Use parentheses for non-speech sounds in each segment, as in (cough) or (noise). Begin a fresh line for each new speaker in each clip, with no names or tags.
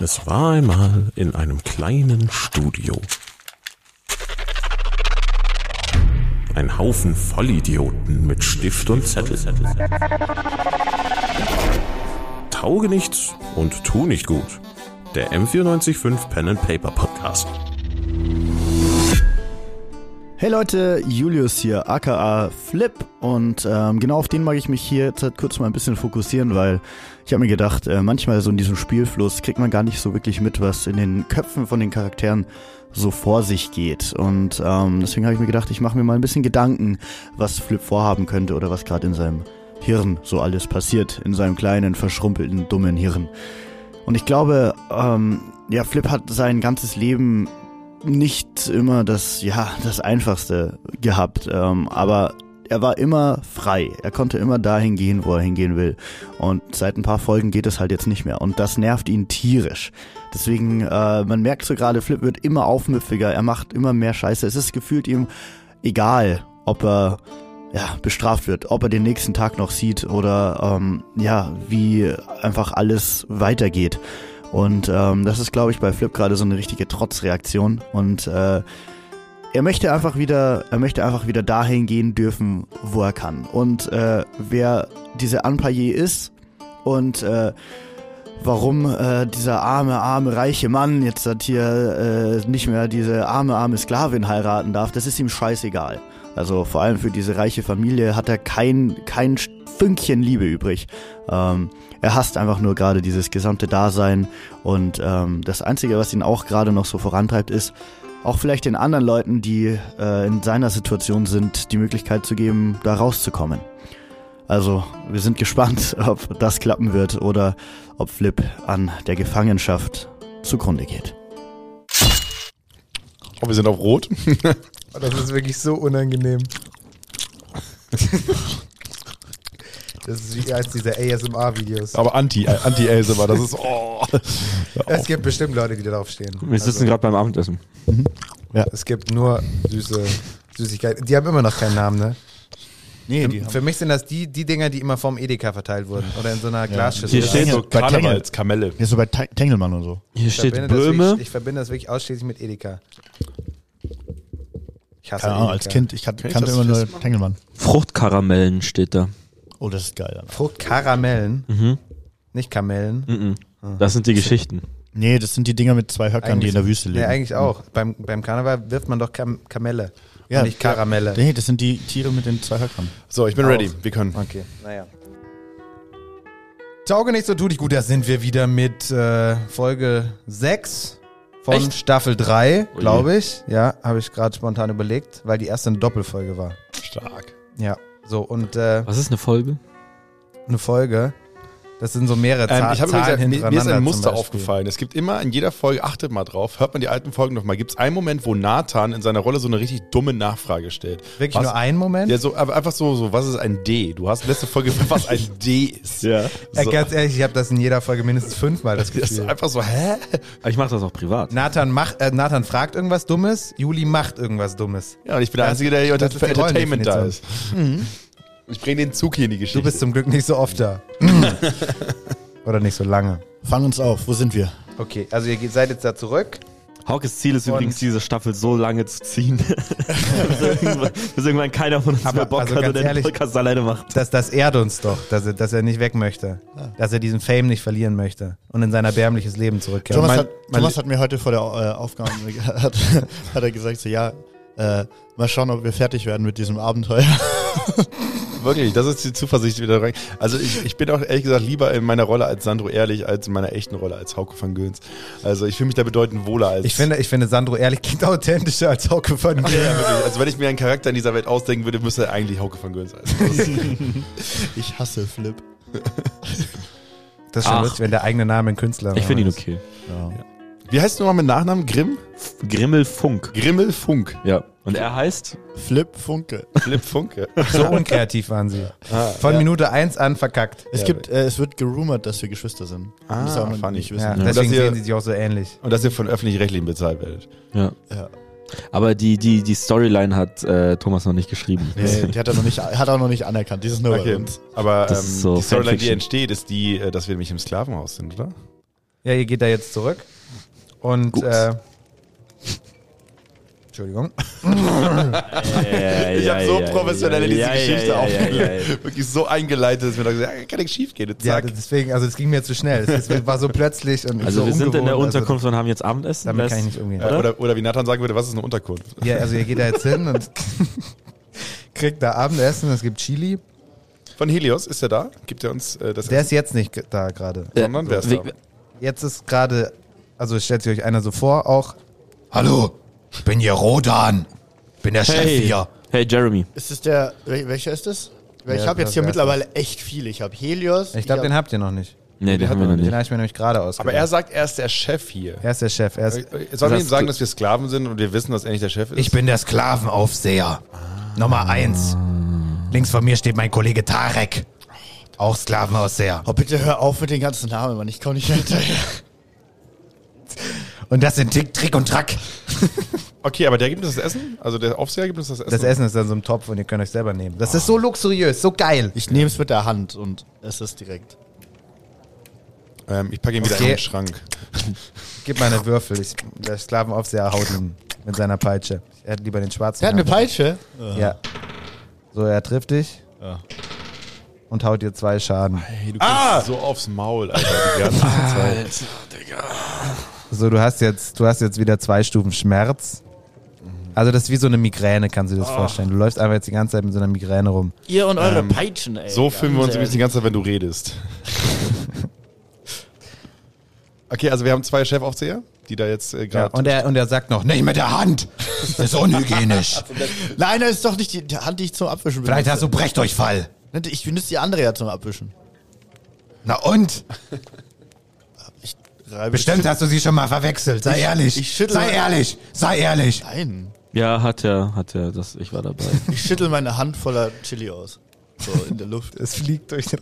Es war einmal in einem kleinen Studio. Ein Haufen Vollidioten mit Stift und Zettel. Tauge nichts und tu nicht gut. Der M945 Pen and Paper Podcast.
Hey Leute, Julius hier, aka Flip. Und ähm, genau auf den mag ich mich hier jetzt halt kurz mal ein bisschen fokussieren, weil ich habe mir gedacht, äh, manchmal so in diesem Spielfluss kriegt man gar nicht so wirklich mit, was in den Köpfen von den Charakteren so vor sich geht. Und ähm, deswegen habe ich mir gedacht, ich mache mir mal ein bisschen Gedanken, was Flip vorhaben könnte oder was gerade in seinem Hirn so alles passiert, in seinem kleinen, verschrumpelten, dummen Hirn. Und ich glaube, ähm, ja, Flip hat sein ganzes Leben nicht immer das, ja, das Einfachste gehabt, ähm, aber er war immer frei. Er konnte immer dahin gehen, wo er hingehen will. Und seit ein paar Folgen geht es halt jetzt nicht mehr. Und das nervt ihn tierisch. Deswegen, äh, man merkt so gerade, Flip wird immer aufmüpfiger, er macht immer mehr Scheiße. Es ist gefühlt ihm egal, ob er ja, bestraft wird, ob er den nächsten Tag noch sieht oder ähm, ja, wie einfach alles weitergeht. Und ähm, das ist, glaube ich, bei Flip gerade so eine richtige Trotzreaktion. Und äh, er möchte einfach wieder, er möchte einfach wieder dahin gehen dürfen, wo er kann. Und äh, wer diese Anpaillé ist und äh, warum äh, dieser arme, arme, reiche Mann jetzt hat hier äh, nicht mehr diese arme, arme Sklavin heiraten darf, das ist ihm scheißegal. Also vor allem für diese reiche Familie hat er kein, kein Fünkchen Liebe übrig. Ähm, er hasst einfach nur gerade dieses gesamte Dasein und ähm, das Einzige, was ihn auch gerade noch so vorantreibt, ist, auch vielleicht den anderen Leuten, die äh, in seiner Situation sind, die Möglichkeit zu geben, da rauszukommen. Also, wir sind gespannt, (laughs) ob das klappen wird oder ob Flip an der Gefangenschaft zugrunde geht.
Oh, wir sind auf Rot.
Oh, das ist wirklich so unangenehm. Das ist wie eins dieser ASMR-Videos.
Aber Anti, äh, Anti-Else war das. Ist,
(laughs)
oh.
Es gibt bestimmt Leute, die da drauf stehen.
Wir sitzen gerade beim Abendessen.
Es gibt nur süße Süßigkeiten. Die haben immer noch keinen Namen, ne?
Nee,
Für mich sind das die, die Dinger, die immer vom Edeka verteilt wurden. Oder in so einer Glasschüssel.
Hier
Das-
steht so
Bei Tangle.
Karnevals, Kamelle.
Jetzt so bei Ta- Tengelmann und so.
Hier
ich
steht
verbinde das
Böhme.
wirklich- Ich verbinde das wirklich ausschließlich mit Edeka. Ich hasse
Keine Ahnung, als Kind. Ich kan- kannte immer nur Tengelmann.
Fruchtkaramellen steht da.
Oh, das ist geil.
Fruchtkaramellen.
Mhm.
Nicht Kamellen.
Mhm.
Ah.
Das sind die Geschichten.
Nee, das sind die Dinger mit zwei Höckern, die in der
Eigentlich-
Wüste leben.
Nee, eigentlich auch. Beim, beim Karneval wirft man doch Kam Kamelle.
Ja,
und nicht Karamelle.
Nee, das sind die Tiere mit den zwei Höckern.
So, ich bin ready. Wir können.
Okay, naja. Tauge nicht so tu dich gut, da sind wir wieder mit äh, Folge 6 von
Echt?
Staffel 3, glaube ich. Ja, habe ich gerade spontan überlegt, weil die erste eine Doppelfolge war.
Stark.
Ja, so und äh,
Was ist eine Folge?
eine Folge, das sind so mehrere
Ähm,
Za
ich habe
Zahlen
gesagt, mir, mir ist
hintereinander
ein
zum
Muster
Beispiel.
aufgefallen. Es gibt immer in jeder Folge, achtet mal drauf, hört man die alten Folgen nochmal, gibt es einen Moment, wo Nathan in seiner Rolle so eine richtig dumme Nachfrage stellt.
Wirklich
was,
nur einen Moment?
Ja, so, aber einfach so, so, was ist ein D? Du hast letzte Folge (laughs) gefragt, was ein D ist.
Ja.
Ey,
So,
Äh, Ganz ehrlich, ich habe das in jeder Folge mindestens
(laughs)
fünfmal das
das ist
Gefühl.
einfach so, hä?
Ich mache das auch privat.
Nathan, macht, äh, Nathan fragt irgendwas Dummes, Juli macht irgendwas Dummes.
Ja, und ich bin der Einzige, der hier unter
das ist
für
die
Entertainment da ist.
Rollendefinition.
Mhm. Ich bringe den Zug hier in die Geschichte.
Du bist zum Glück nicht so oft da. Oder nicht so lange.
Fang uns auf, wo sind wir?
Okay, also ihr geht- seid jetzt da zurück.
Haukes Ziel ist
Und-
übrigens, diese Staffel so lange zu ziehen, (laughs) bis, irgendwann, bis irgendwann keiner von uns
Aber-
mehr Bock
also
hat
ganz
und den
ehrlich-
Podcast alleine macht.
Das, das ehrt uns doch, dass er, dass er nicht weg möchte. Dass er diesen Fame nicht verlieren möchte und in sein erbärmliches Leben zurückkehrt.
Thomas,
mein-
hat,
mein
Thomas hat mir heute vor der äh,
(laughs)
Aufgabe hat, hat er gesagt, so ja, äh, mal schauen, ob wir fertig werden mit diesem Abenteuer.
Wirklich, das ist die Zuversicht die wieder rein. Also ich, ich bin auch ehrlich gesagt lieber in meiner Rolle als Sandro Ehrlich als in meiner echten Rolle als Hauke van Göns. Also ich fühle mich da bedeutend wohler als.
ich, finde, ich finde, Sandro ehrlich klingt authentischer als Hauke
(laughs)
von
Ja,
Götz.
ja, wirklich. Also wenn ich mir einen Charakter in dieser Welt ausdenken würde, müsste er eigentlich Hauke van Göns sein. Das ist-
Ich hasse Flip.
Das ist schon
Ach.
lustig, wenn der eigene Name ein Künstler
Ich finde ihn
ist.
okay.
(laughs) Wie heißt du nochmal mit Nachnamen? Grimm?
Grimmel Funk.
Grimmel Funk.
Ja. Und er heißt?
Flip Funke.
Flip Funke.
So unkreativ waren sie. Von Minute 1 an verkackt.
Es gibt, äh, es wird gerumort, dass wir Geschwister sind.
Ah,
das soll man
funny.
nicht
Ja,
wissen.
dass
deswegen
ihr-
sehen sie sich auch so ähnlich.
Und dass ihr von öffentlich-rechtlichen bezahlt werdet.
Ja.
Ja.
Aber die, die, die Storyline hat äh, Thomas noch nicht geschrieben.
Nee, die hat er noch nicht, hat er noch nicht anerkannt. Die ist nur bei
Okay.
uns.
Aber ähm,
Das ist so
die Storyline, die
Fanfiction.
entsteht, ist die, äh, dass wir nämlich im Sklavenhaus sind, oder?
Ja, ihr geht da jetzt zurück. Und,
Gut.
äh, Entschuldigung.
Ich habe so professionell diese Geschichte aufgelegt. (laughs) Wirklich so eingeleitet, dass mir da gesagt ja, kann nichts schief gehen.
Ja,
Zack.
deswegen, also es ging mir zu schnell. Es es war so plötzlich und
Also
so
wir sind in der
ungewohnt, also
Unterkunft und haben jetzt Abendessen.
damit
das-
kann ich nicht umgehen.
oder?
äh, oder? Oder, wie Nathan sagen würde, was ist eine Unterkunft?
Ja, also ihr geht da jetzt hin und (laughs) kriegt da Abendessen. Es gibt Chili.
Von Helios, ist er da? Gibt er uns äh, das
Der ist jetzt nicht ge- da gerade.
Ja.
sondern wer ist da?
Jetzt ist gerade, also stellt sich euch einer so vor, auch
Hallo, ich bin hier Rodan. Ich bin der Chef
Hey.
hier.
hey Jeremy.
Ist es der. wel- Welcher ist es? Weil ich
Ja,
habe jetzt
das
hier
erste.
mittlerweile echt viele. Ich habe Helios.
Ich glaube, den habt ihr noch nicht.
Nee, den haben wir noch
Den
nicht.
habe ich mir nämlich gerade ausgedacht.
Aber er sagt, er ist der Chef hier. Äh,
er ist der Chef. Er ist,
Sollen wir
Das-
ihm sagen, dass wir Sklaven sind und wir wissen, dass er nicht der Chef ist?
Ich bin der Sklavenaufseher. Nummer eins. Links von mir steht mein Kollege Tarek. Auch Sklavenaufseher.
Oh, bitte hör auf mit den ganzen Namen, Mann. Ich komme nicht mehr hinterher.
Und das sind Tick, Trick und Track.
okay, aber der gibt uns das Essen? Also der Aufseher gibt uns das Essen?
das Essen ist dann so im Topf und ihr könnt euch selber nehmen. Das ist so luxuriös, so geil.
Ich nehme es mit der Hand und es ist direkt.
Ähm, ich packe ihn wieder
Okay.
in den Schrank.
Gib mal eine Würfel. Ich, der Sklavenaufseher haut ihn mit seiner Peitsche. Er hat lieber den schwarzen.
Der hat eine
gehabt.
Peitsche.
Ja. So, er trifft dich. Und haut dir zwei Schaden.
Hey, du ah! so aufs Maul, Alter, die ganze Zeit.
So, du hast jetzt, du hast jetzt wieder zwei Stufen Schmerz. Also das ist wie so eine Migräne, kannst du dir das
Ah.
vorstellen. Du läufst einfach jetzt die ganze Zeit mit so einer Migräne rum.
Ihr und eure Peitschen, ey.
So filmen wir uns
Ganz
übrigens die ganze Zeit, wenn du redest. okay, also wir haben zwei Chefaufseher, die da jetzt äh,
Ja,
gerade...
und, er, und er sagt noch,
Nicht mit der Hand. Das ist unhygienisch.
(laughs) Nein, das ist doch nicht die Hand, die ich zum Abwischen
Vielleicht hast
benutze.
du Brechdurchfall.
Ich benutze die andere ja zum Abwischen.
Na und?
(laughs) Ich reibe
Bestimmt hast du sie schon mal verwechselt. Sei ehrlich.
ich schüttle-
sei ehrlich. Sei ehrlich.
Nein.
Ja, hat er, hat er, das, ich war (laughs) dabei.
Ich schüttel meine Hand voller Chili aus. So in der Luft.
es fliegt durch den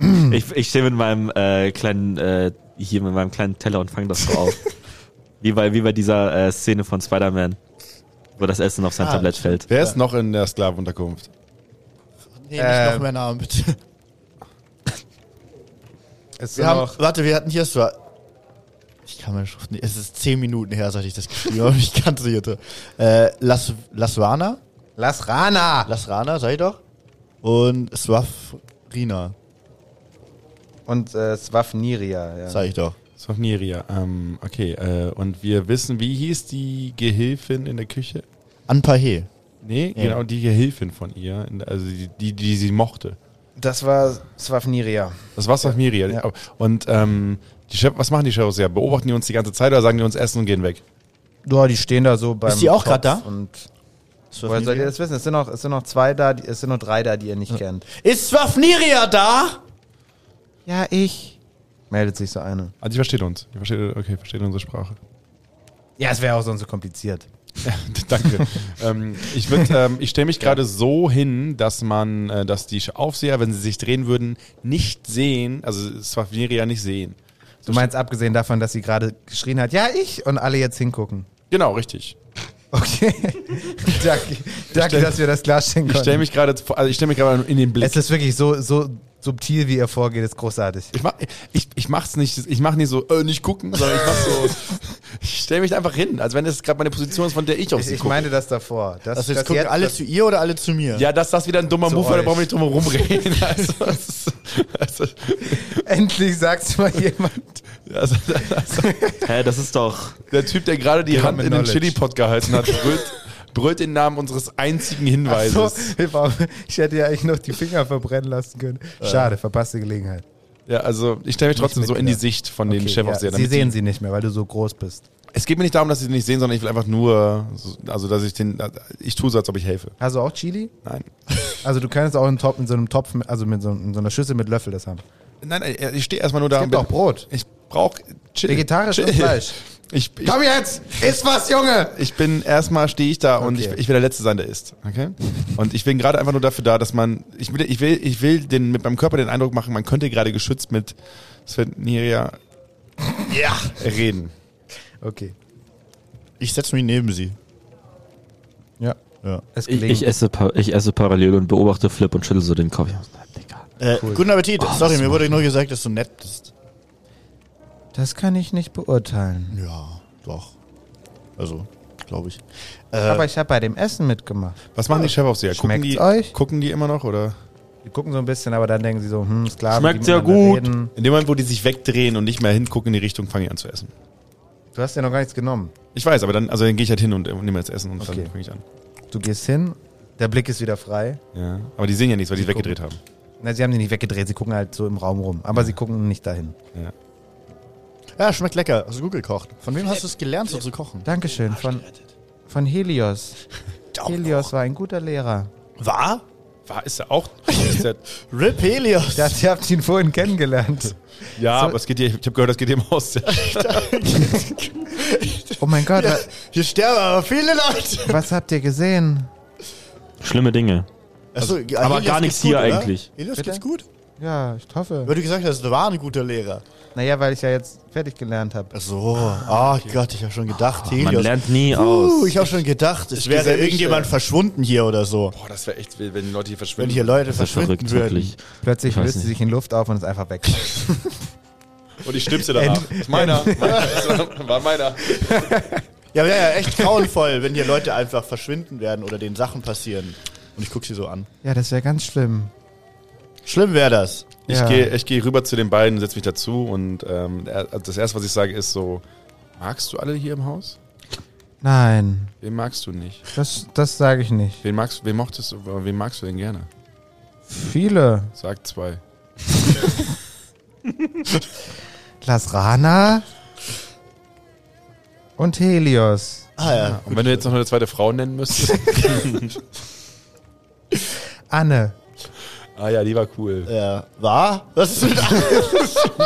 Raum.
ich ich stehe mit meinem äh, kleinen, äh, hier mit meinem kleinen Teller und fange das so (laughs) auf. wie, bei, wie bei dieser äh, Szene von Spider-Man, wo das Essen auf sein
Ah,
Tablett fällt.
Wer ist noch in der Sklavenunterkunft?
Nee, nicht
Ähm.
noch Also mehr Namen, bitte.
(laughs) Es sind
Wir haben,
noch,
warte, wir hatten hier so. Ich kann meine Schrift nicht. Es ist zehn Minuten her, seit ich das geschrieben habe. (laughs) Ich kannte sie jetzt. Äh, Las, Laswana?
lass Rana!
Lasrana, sag ich doch. Und Swafrina,
Und äh, Swafniria. Ja.
sag ich doch.
Sofniria. Ähm, okay, äh, und wir wissen, wie hieß die Gehilfin in der Küche?
Anpahe.
Nee,
Ja.
genau, die Gehilfin von ihr, in- also die, die, die sie mochte.
Das war Swafniria.
Das war's auf Miria.
Ja.
Und ähm, die Chef, was machen die Sheriffs ja? Beobachten die uns die ganze Zeit oder sagen die uns essen und gehen weg?
Ja, die stehen da so beim
die auch
Topf
grad da?
Und woher sollt ihr das wissen? Es sind noch, es sind noch zwei da, die, es sind noch drei da, die ihr nicht kennt.
Ist Swafniria da?
Ja, ich. Meldet sich so eine.
Also die versteht uns. Die versteht, okay, versteht unsere Sprache.
Ja, es wäre auch sonst so kompliziert.
(laughs) Danke. ähm, ich würd, ähm, ich stelle mich gerade so hin, dass man, äh, dass die Aufseher, wenn sie sich drehen würden, nicht sehen, also Swafniria nicht sehen.
Du meinst abgesehen davon, dass sie gerade geschrien hat, ja, ich, und alle jetzt hingucken.
Genau, richtig.
(laughs) Okay. danke, danke dass wir das klarstellen
Ich
konnten.
stelle mich gerade, also ich stelle mich gerade in den Blick.
es ist wirklich so, so subtil, wie ihr vorgeht, ist großartig.
Ich mach, ich, ich mach's nicht, ich mach nicht so, äh, nicht gucken, sondern ich mach so,
(laughs)
ich stelle mich einfach hin, als wenn das gerade meine Position ist, von der ich auf
Ich,
sie
ich
gucke.
meine das davor. Das,
Also jetzt gucken alle zu ihr oder alle zu mir?
Ja, dass das wieder ein dummer
Zu
Move war, da
euch.
brauchen wir nicht drum herum reden.
(laughs)
Also, das ist- also,
endlich sagt
(laughs)
mal jemand.
also, also,
(laughs) Hä, das ist doch.
der Typ, der gerade die Hand in den
Knowledge.
Chili-Pot gehalten hat, brüllt, brüllt den Namen unseres einzigen
Also,
Hinweises.
ich hätte ja eigentlich noch die Finger verbrennen lassen können.
Äh.
Schade, verpasste Gelegenheit.
Ja, also ich stelle mich trotzdem so in die
mitgedacht.
Sicht von den
Okay,
Chefaufsehern.
ja, sie
damit die-
sehen sie nicht mehr, weil du so groß bist.
Es geht mir nicht darum, dass sie den nicht sehen, sondern ich will einfach nur, so- also dass ich den, ich tue so, als ob ich helfe.
Also auch Chili?
Nein.
Also du könntest auch in, Topf, in so einem Topf, mit- also mit so, in so einer Schüssel mit Löffel das haben.
Nein, nein, ich stehe erstmal nur da.
Es gibt auch Brot.
Ich brauche Chill.
Vegetarisch und
Chill.
Fleisch.
(laughs) Ich, ich,
Komm jetzt! Iss was, Junge!
ich bin erstmal stehe ich da und
Okay.
ich, ich will der Letzte sein, der isst. Okay? Und ich bin gerade einfach nur dafür da, dass man. Ich will, ich will, ich will den, mit meinem Körper den Eindruck machen, man könnte gerade geschützt mit Svenniria
Ja.
reden.
Okay.
Ich setze mich neben sie.
Ja.
Ja.
Es
Ich,
gelingt.
ich, esse, pa- ich esse parallel und beobachte Flip und schüttel so den Kopf. Ich muss- Digga.
Äh, Guten Appetit. Sorry, mir wurde nur gesagt, dass du nett bist.
Das kann ich nicht beurteilen.
Ja, doch. Also, glaube ich.
Aber ich habe bei dem Essen mitgemacht.
Was machen die Chefaufseher? Gucken
Ah. Schmeckt's
die,
euch?
gucken die immer noch oder?
Die gucken so ein bisschen, aber dann denken sie so, hm, Sklaven.
Schmeckt
die
sehr
miteinander
gut.
reden.
In dem Moment, wo die sich wegdrehen und nicht mehr hingucken in die Richtung, fange ich an zu essen.
Du hast ja noch gar nichts genommen.
Ich weiß, aber dann, also dann gehe ich halt hin und äh, nehme jetzt Essen und
Okay.
dann fange ich an.
Du gehst hin, der Blick ist wieder frei.
Ja. Aber die sehen ja nichts, weil die, weggedreht haben.
Na, sie haben sie nicht weggedreht, sie gucken halt so im Raum rum. Aber sie gucken nicht dahin.
Ja, schmeckt lecker. Hast du gut gekocht. Von wem hast du es gelernt, so zu kochen?
Dankeschön. Von, von Helios.
Oh
Helios war ein guter Lehrer.
War?
War ist ja auch. (laughs) Ist der,
Rip Helios.
Ich dachte, ihr habt ihn vorhin kennengelernt.
(laughs)
ja,
So-
aber es geht dir, ich habe gehört, das geht dir im Haus.
Oh mein Gott, wa-
Hier sterben aber viele Leute.
was habt ihr gesehen?
Schlimme Dinge.
Also,
aber gar nichts hier eigentlich.
Helios
Bitte?
geht's gut?
Ja, ich hoffe.
Weil du gesagt hast, du war ein guter Lehrer.
Naja, weil ich ja jetzt fertig gelernt habe.
Ach
Also,
so. Oh Gott, ich habe schon gedacht,
Man
Helios.
lernt nie
Uh,
aus.
ich habe schon gedacht, es wäre
gesehen,
irgendjemand
äh,
verschwunden hier oder so.
Boah, das wäre echt wild, wenn die Leute hier
Wenn
verschwinden.
hier Leute
Das ist ja
verschwinden
verrückt,
würden.
wirklich.
Plötzlich
Ich weiß
löst sie sich in Luft auf und ist einfach
(laughs)
weg.
und ich schnipse danach. Ist meiner. meiner. ist- (laughs) War meiner.
Ja, aber ja, ja, echt grauenvoll, wenn hier Leute einfach verschwinden werden oder denen Sachen passieren. Und ich guck sie so an.
Ja, das wäre ganz schlimm.
Schlimm wäre das.
Ich
Ja.
gehe ich geh rüber zu den beiden, setze mich dazu und ähm, er- das erste, was ich sage, ist so: Magst du alle hier im Haus?
Nein,
Wen magst du nicht?
das, das sage ich nicht.
Wen magst, wen mochtest du, äh, wen magst du denn gerne?
Viele.
Sag zwei.
Glasrana und Helios.
Ah ja.
Und wenn du jetzt noch eine zweite Frau nennen müsstest.
Anne.
ah ja, die war cool.
Ja. War? Was ist mit (laughs)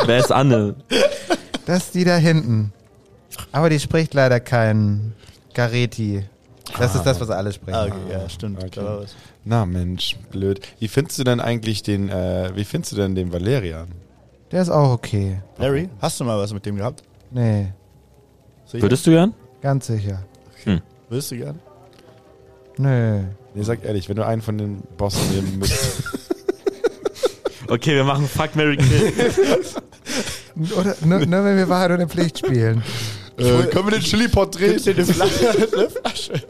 Wer ist Anne?
Das ist die da hinten. Aber die spricht leider kein Gareti. Das ist das, was alle sprechen.
ah, okay, ja, stimmt. Da war was.
Na Mensch, blöd. Wie findest du denn eigentlich den, äh, wie findest du denn den Valerian?
Der ist auch okay.
Larry, hast du mal was mit dem gehabt?
Nee,
Sicher?
Würdest du gern?
ganz sicher.
Würdest du gern?
Nee.
Nee, sag ehrlich, wenn du einen von den Bossen
(laughs)
nehmen müsstest.
Okay, wir machen Fuck (laughs) Mary Kill.
Oder nur, nur wenn wir Wahrheit oder Pflicht spielen.
äh, können wir den Chili-Pot drehen?
dir
(laughs)
eine Flasche?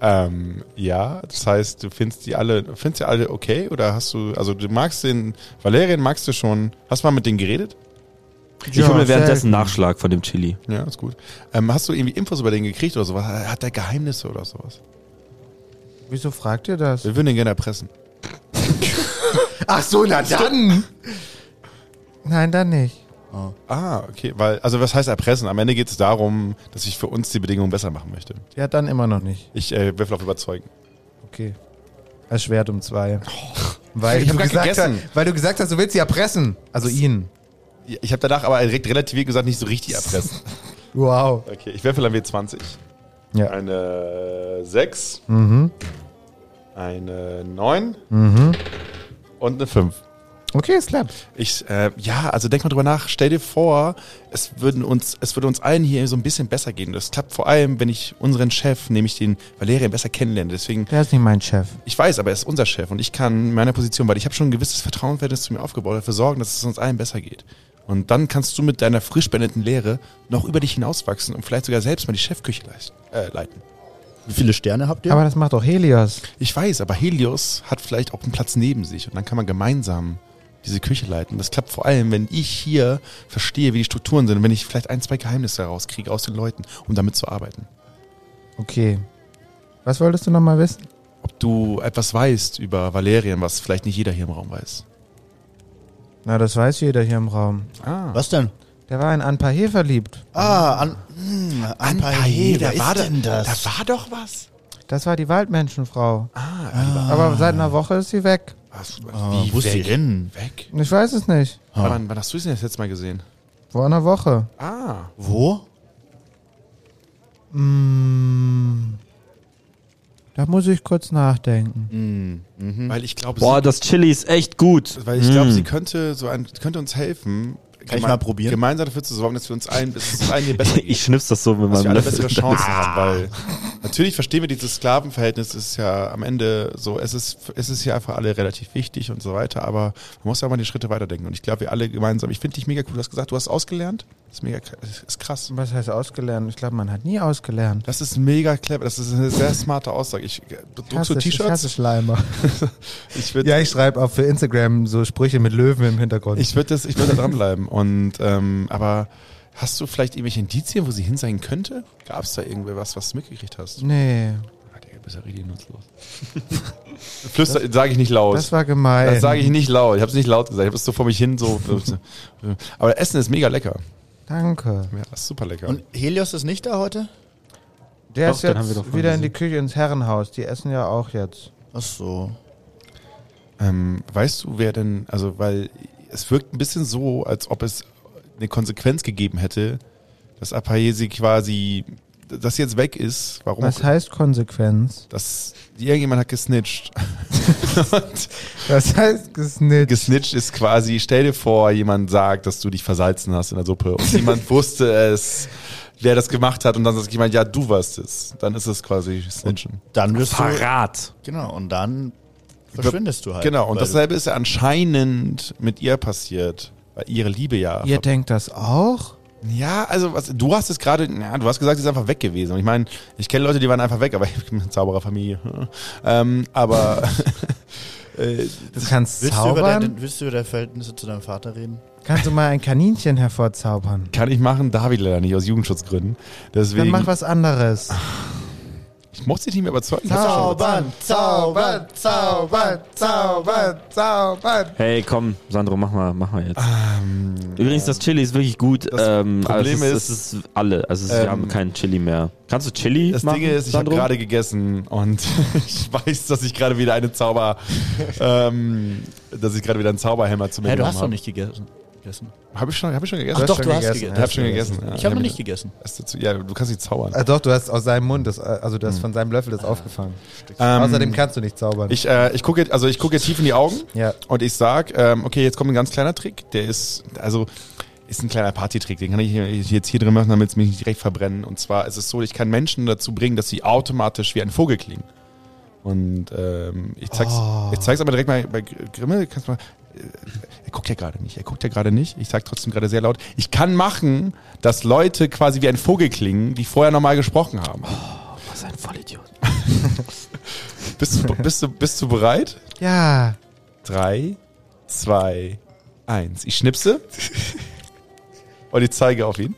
Ähm, ja, das heißt, du findest die alle, findest die alle okay? Oder hast du, also du magst den, Valerian magst du schon, hast du mal mit denen geredet?
Ich hole mir
selten.
währenddessen Nachschlag von dem Chili.
Ja, ist gut. Ähm, hast du irgendwie Infos über den gekriegt oder sowas? Hat der Geheimnisse oder sowas?
Wieso fragt ihr das?
Wir würden den gerne erpressen.
Ach so, na dann! Nein, dann nicht.
Ah, okay, weil, also was heißt erpressen? Am Ende geht es darum, dass ich für uns die Bedingungen besser machen möchte.
Ja, dann immer noch nicht.
Ich äh, würfel auf überzeugen.
Okay. Erschwert um zwei.
Oh.
Weil,
Ich hab
du
grad
gesagt
gegessen.
hast, weil du gesagt hast, du willst sie erpressen. Also ihn.
Ja, Ich habe danach aber direkt relativiert gesagt, nicht so richtig erpressen.
Wow.
(laughs) Okay, ich würfel an W20.
Ja.
Eine 6,
Mhm.
eine 9
Mhm.
und eine 5.
Okay, es klappt.
Ich, äh, ja, also denk mal drüber nach. Stell dir vor, es, würden uns, es würde uns allen hier so ein bisschen besser gehen. Das klappt vor allem, wenn ich unseren Chef, nämlich den Valerian, besser kennenlerne. Deswegen,
Der ist nicht mein Chef.
ich weiß, aber er ist unser Chef und ich kann in meiner Position, weil ich habe schon ein gewisses Vertrauensverhältnis zu mir aufgebaut, dafür sorgen, dass es uns allen besser geht. Und dann kannst du mit deiner frisch beendeten Lehre noch über dich hinauswachsen und vielleicht sogar selbst mal die Chefküche leisten, äh, leiten.
Wie viele Sterne habt ihr?
Aber das macht doch Helios.
Ich weiß, aber Helios hat vielleicht auch einen Platz neben sich und dann kann man gemeinsam diese Küche leiten. Das klappt vor allem, wenn ich hier verstehe, wie die Strukturen sind und wenn ich vielleicht ein, zwei Geheimnisse herauskriege aus den Leuten, um damit zu arbeiten.
Okay. Was wolltest du nochmal wissen?
Ob du etwas weißt über Valerien, was vielleicht nicht jeder hier im Raum weiß.
Na, das weiß jeder hier im Raum.
Ah.
was denn?
Der war in Anpahe verliebt.
Ah, an, mh, an, Paillet, wer ist denn das?
Da war doch was.
Das war die Waldmenschenfrau. Aber seit einer Woche ist sie weg.
was
Ah, wo ist Ah. sie hin?
Weg?
Ich weiß es nicht.
Wann, wann hast du sie denn das letzte Mal gesehen?
Vor einer Woche.
Ah.
Wo?
Da muss ich kurz nachdenken.
Hm.
Weil ich glaube,
Boah, das Chili ist echt gut. Hm.
Weil ich glaube, sie könnte so ein, könnte uns helfen,
Kann ich mal probieren?
gemeinsam dafür zu sorgen, dass wir uns allen, dass es uns allen hier
(laughs)
besser geht.
(laughs) Ich schnips das so mit
dass wir
meinem
alle bessere
Löffel.
Chancen haben, weil natürlich verstehen wir dieses Sklavenverhältnis ist ja am Ende so, es ist, es ist ja für alle relativ wichtig und so weiter, aber man muss ja mal die Schritte weiterdenken und ich glaube, wir alle gemeinsam, ich finde dich mega cool, du hast gesagt, du hast ausgelernt, das ist mega, kr- das ist krass.
Was heißt ausgelernt? Ich glaube, man hat nie ausgelernt.
Das ist mega clever, das ist eine sehr smarte Aussage. Ich, du druckst du
Hasse- Ich hasse
T-Shirts?
Schleimer.
Ich würde
Ja, ich schreibe auch für Instagram so Sprüche mit Löwen im Hintergrund.
ich würde das, ich würde da dranbleiben und, ähm, aber hast du vielleicht irgendwelche Indizien, wo sie hin sein könnte? Gab es da irgendwer was, was du mitgekriegt hast?
nee,
Ah, Digga, bist ja richtig nutzlos. (laughs) Flüster, sage ich nicht laut.
das war gemein.
Das sage ich nicht laut. Ich habe es nicht laut gesagt. Ich habe es so vor mich hin so. Aber Essen ist mega lecker.
Danke.
Ja, ist super lecker.
Und Helios ist nicht da heute?
Der
Doch,
ist
den haben wir doch
jetzt
vorhin
wieder in die Küche ins Herrenhaus. Die essen ja auch jetzt.
Ach so.
ähm, weißt du, wer denn? Also, weil es wirkt ein bisschen so, als ob es eine Konsequenz gegeben hätte, dass Apayesi quasi, dass sie jetzt weg ist. Warum?
Was heißt Konsequenz?
Dass irgendjemand hat gesnitcht. (laughs) Und
Was heißt gesnitcht?
gesnitcht ist quasi, stell dir vor, jemand sagt, dass du dich versalzen hast in der Suppe und
(laughs)
niemand wusste es, wer das gemacht hat und dann sagt jemand, ja, du warst es. Dann ist es quasi Snitchen.
Dann wirst du.
Verrat.
Genau, und dann verschwindest du halt.
Genau, und
Weil
dasselbe ist ja anscheinend mit ihr passiert, weil ihre Liebe ja.
Ihr denkt das auch?
Ja, also was, du hast es gerade, ja, du hast gesagt, sie ist einfach weg gewesen. Und ich meine, ich kenne Leute, die waren einfach weg, aber ich bin eine Zaubererfamilie. (laughs) Ähm, aber (laughs) äh,
Du kannst
Willst du, über
zaubern?
deine, willst du über deine Verhältnisse zu deinem Vater reden?
Kannst du mal ein Kaninchen hervorzaubern?
kann ich machen, darf ich leider nicht aus Jugendschutzgründen.
Dann
Deswegen,
mach was anderes.
ich mochte dich nicht mehr überzeugen.
Zaubern,
zaubern,
zaubern, zaubern, zaubern.
Hey, komm, Sandro, mach mal, mach mal jetzt. Übrigens, das Chili ist wirklich gut.
Ähm, Das
ähm, aber
Problem
es ist,
ist-
es ist alle. Also es- wir
Ähm,
haben keinen Chili mehr. Kannst du Chili
Das
machen?
Ding ist, ich habe
Sandro?
gerade gegessen und (laughs) ich weiß, dass ich gerade wieder eine Zauber, ähm, dass ich gerade wieder einen Zauberhammer zu mir
Hä, du
genommen
hast doch
habe.
nicht gegessen. gegessen.
Habe ich schon, habe ich schon gegessen?
Ach doch,
schon
du hast
gegessen,
gegessen.
ich habe schon gegessen. ja.
Ich habe noch nicht gegessen.
Hast du zu- Ja, du kannst nicht zaubern.
Äh, doch, du hast aus seinem Mund, das, äh, also du hast von seinem Löffel das aufgefangen.
Ähm,
Außerdem kannst du nicht zaubern.
ich äh, ich gucke, also ich gucke tief in die Augen
ja.
und ich sag, ähm, okay, jetzt kommt ein ganz kleiner Trick. Der ist, also ist ein kleiner Partytrick, den kann ich hier- ich jetzt hier drin machen, damit es mich nicht direkt verbrennen. Und zwar ist es so, ich kann Menschen dazu bringen, dass sie automatisch wie ein Vogel klingen. Und ähm, ich zeig's,
Ah.
ich zeig's aber direkt mal bei Gr- Grimmel, kannst du mal. äh, Er guckt ja gerade nicht, er guckt ja gerade nicht. Ich sag trotzdem gerade sehr laut. Ich kann machen, dass Leute quasi wie ein Vogel klingen, die vorher normal gesprochen haben.
Oh, Was ein Vollidiot.
(laughs) Bist du, bist du, bist du bereit?
ja.
Drei, zwei, eins. Ich schnipse. (laughs) Und ich zeige auf ihn.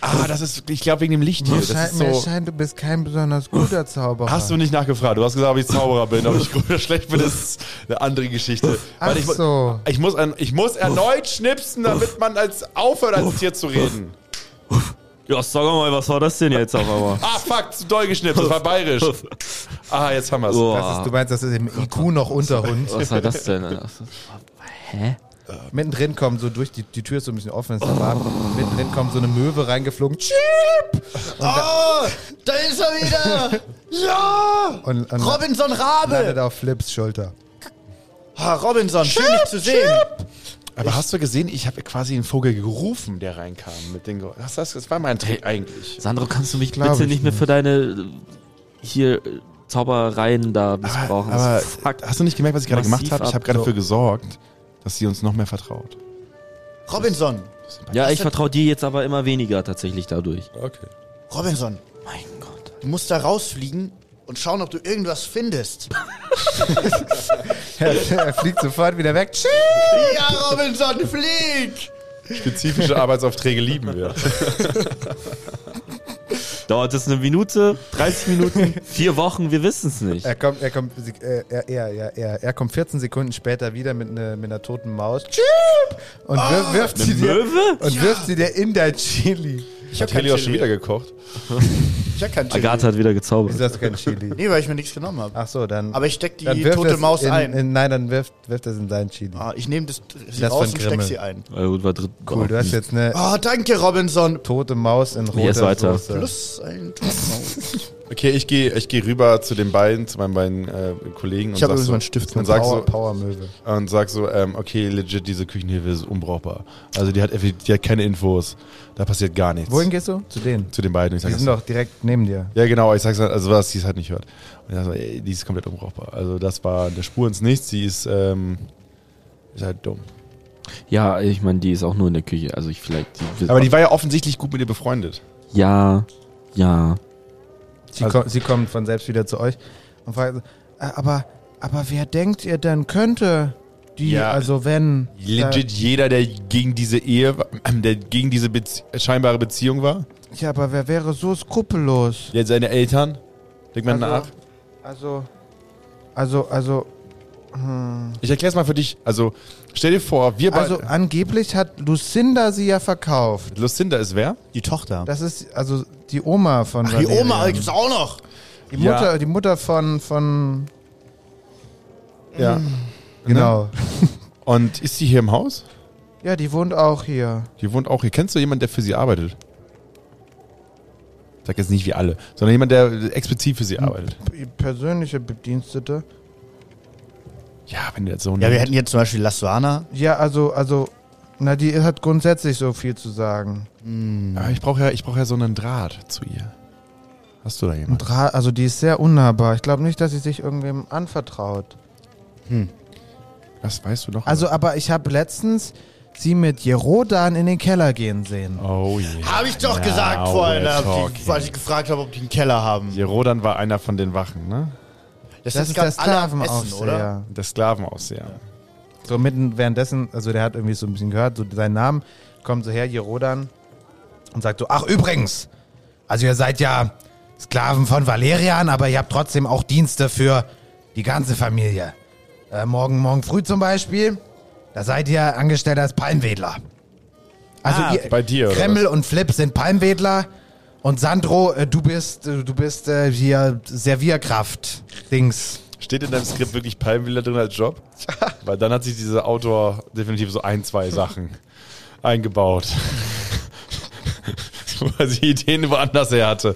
ah, das ist, ich glaube, wegen dem Licht hier. Das
Scheint,
ist
mir
so.
scheint, du bist kein besonders guter Zauberer.
Hast du nicht nachgefragt. Du hast gesagt, ob ich Zauberer bin. Ob
(laughs)
ich gut oder schlecht bin, das ist eine andere Geschichte.
Ach
Weil ich, mu-
so.
ich, muss, an- ich muss erneut schnipsen, damit man als aufhört, als Tier zu reden.
Ja, sag mal, was war das denn jetzt auf
(laughs)
einmal?
Ah, fuck, zu doll geschnipst. Das war bayerisch. Ah, jetzt haben wir's.
Boah,
Das ist, du meinst, das ist im IQ noch unter uns.
was war
(laughs)
das denn? Was- Hä?
Mittendrin kommt so durch, die, die Tür ist so ein bisschen offen, ist aber mittendrin kommt so eine Möwe reingeflogen.
Oh, da ist er wieder! ja!
Und, und
Robinson Rabe!
landet auf Flips Schulter. (laughs)
Ha, Robinson, schön dich zu sehen.
Aber hast du gesehen, ich habe quasi einen Vogel gerufen, der reinkam mit den Geräuschen. Das, das, das war mein Trick eigentlich.
Sandro, kannst du mich
Glaub
bitte
ich
nicht mehr für deine äh, hier äh, Zaubereien da missbrauchen?
Aber
Das- Fuck.
hast du nicht gemerkt, was ich gerade
Massiv
gemacht habe? Ich
ab-
habe gerade
so.
dafür gesorgt, dass sie uns noch mehr vertraut.
Robinson,
Ja,
hast
ich
du-
vertraue dir jetzt aber immer weniger tatsächlich dadurch.
Okay.
Robinson,
Mein Gott.
du musst da rausfliegen und schauen, ob du irgendwas findest.
Er, er fliegt sofort wieder weg.
ja, Robinson, flieg! (laughs)
Spezifische Arbeitsaufträge lieben wir.
Dauert es eine Minute,
(laughs)
30 Minuten, vier Wochen, wir wissen es nicht.
Er kommt, er kommt, sie- äh, er, er, er, er, er kommt 14 Sekunden später wieder mit, ne, mit einer toten Maus. Und
Ah.
wir, wirft sie dir,
Möwe?
und wirft sie dir in dein Chili.
Ich hab
Hat
kein
Helios schon
Chili.
wieder gekocht.
Ich hab kein Chili.
Agatha hat wieder gezaubert.
Wieso hast du kein Chili?
Nee, weil ich mir nichts genommen habe.
Ach so, dann.
Aber ich steck die
dann wirft
tote
das
Maus
in,
ein.
In, nein, dann wirft, wirft das in dein Chili.
Ah, ich nehme das, sie
Das
raus
von
und steck
Grimmel.
sie ein.
Ja, Äh, gut, war dritt.
Cool, du hast
Ah.
jetzt eine
Oh, danke, Robinson.
tote Maus in
Wie geht's
roter
weiter?
(laughs) Soße.
Plus ein Tomaus.
Okay, ich gehe ich geh rüber zu den beiden, zu meinen beiden äh, Kollegen
Ich habe
sag
übrigens
so,
meinen Stift
und
genommen.
sag so,
Power, Powermöwe.
und sag so, ähm, okay, legit, diese Küchenhilfe ist unbrauchbar. Also die hat, effi- die hat keine Infos. Da passiert gar nichts.
Wohin gehst du? Zu denen.
Zu den beiden. Ich sag
Die sind
das-
doch direkt neben dir.
Ja, genau, ich sag's halt, also was sie es halt nicht hört. Und ich sag so, ey, die ist komplett unbrauchbar. Also das war eine Spur ins Nichts, die ist, ähm, ist halt dumm.
Ja, ich meine, die ist auch nur in der Küche. Also ich vielleicht. Die
Aber die war ja offensichtlich gut mit ihr befreundet.
ja, ja.
Sie,
Also-
ko sie kommen von selbst wieder zu euch und fragen so, "Äh, aber, aber wer denkt ihr denn könnte die,
Ja.
also wenn?
Legit jeder, der gegen diese Ehe, (clears throat) war- der gegen diese Bezie scheinbare Beziehung war,
Äh, ja, aber wer wäre so skrupellos?
jetzt seine Eltern, denkt man
Also-
nach.
Also, also, also, hm.
Ich erklär's mal für dich. Also stell dir vor, wir beide.
also angeblich hat Lucinda sie ja verkauft.
Lucinda ist wer?
Die Tochter.
Das ist also die Oma von
Ach, die
Valerian.
Oma gibt's auch noch.
die
also, Ja.
Mutter, die Mutter von von
Ja. Ne?
genau.
Und ist sie hier im Haus?
Ja, die wohnt auch hier.
Die wohnt auch hier. Kennst du jemanden, der für sie arbeitet? Sag jetzt nicht wie alle, sondern jemand, der explizit für sie
Hm.
arbeitet.
P- Persönliche Bedienstete.
Ja, wenn der so
Ja, wir hätten jetzt zum Beispiel Laswana.
Ja, also also na, die hat grundsätzlich so viel zu sagen.
Aber Ah, ich brauche ja, ich brauche ja so einen Draht zu ihr. Hast du da jemanden?
Und ra- also die ist sehr unnahbar. Ich glaube nicht, dass sie sich irgendwem anvertraut.
Hm.
Das weißt du doch.
Also, aber ich habe letztens sie mit Jerodan in den Keller gehen sehen.
oh yeah.
Habe ich doch
Now
gesagt vorhin,
we're
als ich-
talking.
als ich gefragt habe, ob die einen Keller haben.
Jerodan war einer von den Wachen, ne?
Das ist der Sklavenaufseher.
Der Sklavenaufseher.
So mitten währenddessen, also der hat irgendwie so ein bisschen gehört, so seinen Namen, kommt so her, Jerodan,
Und sagt so, ach übrigens, also ihr seid ja Sklaven von Valerian, aber ihr habt trotzdem auch Dienste für die ganze Familie. Äh, morgen, morgen früh zum Beispiel, da seid ihr angestellt als Palmwedler. Also
Ah,
ihr,
Bei dir, oder?
Kreml und Flip sind Palmwedler und Sandro, äh, du bist, äh, du bist äh, hier Servierkraft. Dings.
was? Steht in deinem Skript wirklich Palmwiller drin als
(laughs)
Job? Weil dann hat sich dieser Autor definitiv so ein, zwei Sachen
(laughs)
eingebaut. (laughs) Weil sie Ideen woanders her hatte.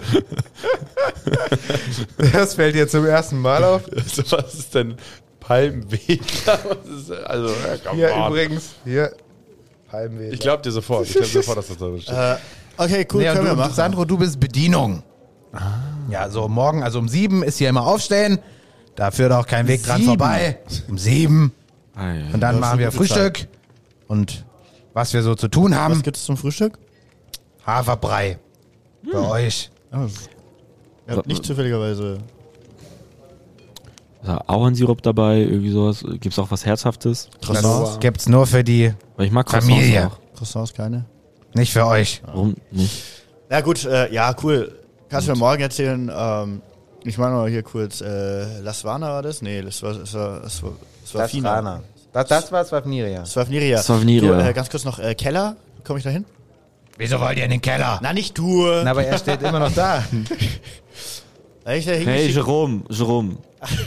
Das fällt dir zum ersten Mal auf.
(laughs) Also, was ist denn Palmwedler? (laughs) Was ist, also, äh, come
Hier
on.
übrigens, hier. Palmwedler.
Ich glaub dir sofort. Ich glaub sofort, dass das da drin steht.
Okay, cool,
Ja,
können
du,
wir machen.
Sandro, du bist Bedienung. Ja, so morgen, also um sieben ist hier immer aufstehen. Da führt auch kein Weg dran
Sieben?
vorbei. Um sieben.
Ah,
Und dann
ist
machen
eine
wir
gute
Frühstück. Und was wir so zu tun haben.
Was gibt's zum Frühstück?
Haferbrei. Bei euch.
Ja, nicht zufälligerweise.
Da Ahornsirup dabei, irgendwie sowas. Gibt's auch was Herzhaftes?
Croissants?
Gibt's nur für die,
Weil ich mag
Familie.
auch.
Croissants keine.
nicht für euch.
Warum nicht?
Ja gut, äh, ja cool. Kannst du mir morgen erzählen? Ähm, ich meine mal hier kurz, äh, Laswana war das? Nee, das war, das war, das war, das war Fina.
Safrana. Das, das war Swafniria.
Das war Fniria.
Swafniria.
Du, äh, ganz kurz noch, äh, Keller? Komme ich da hin?
Wieso wollt ihr in den Keller?
Na, nicht du.
Na, Aber er steht immer noch da.
Weil ich da
Hey,
hingeschickt-
Jerome, Jerome. (laughs)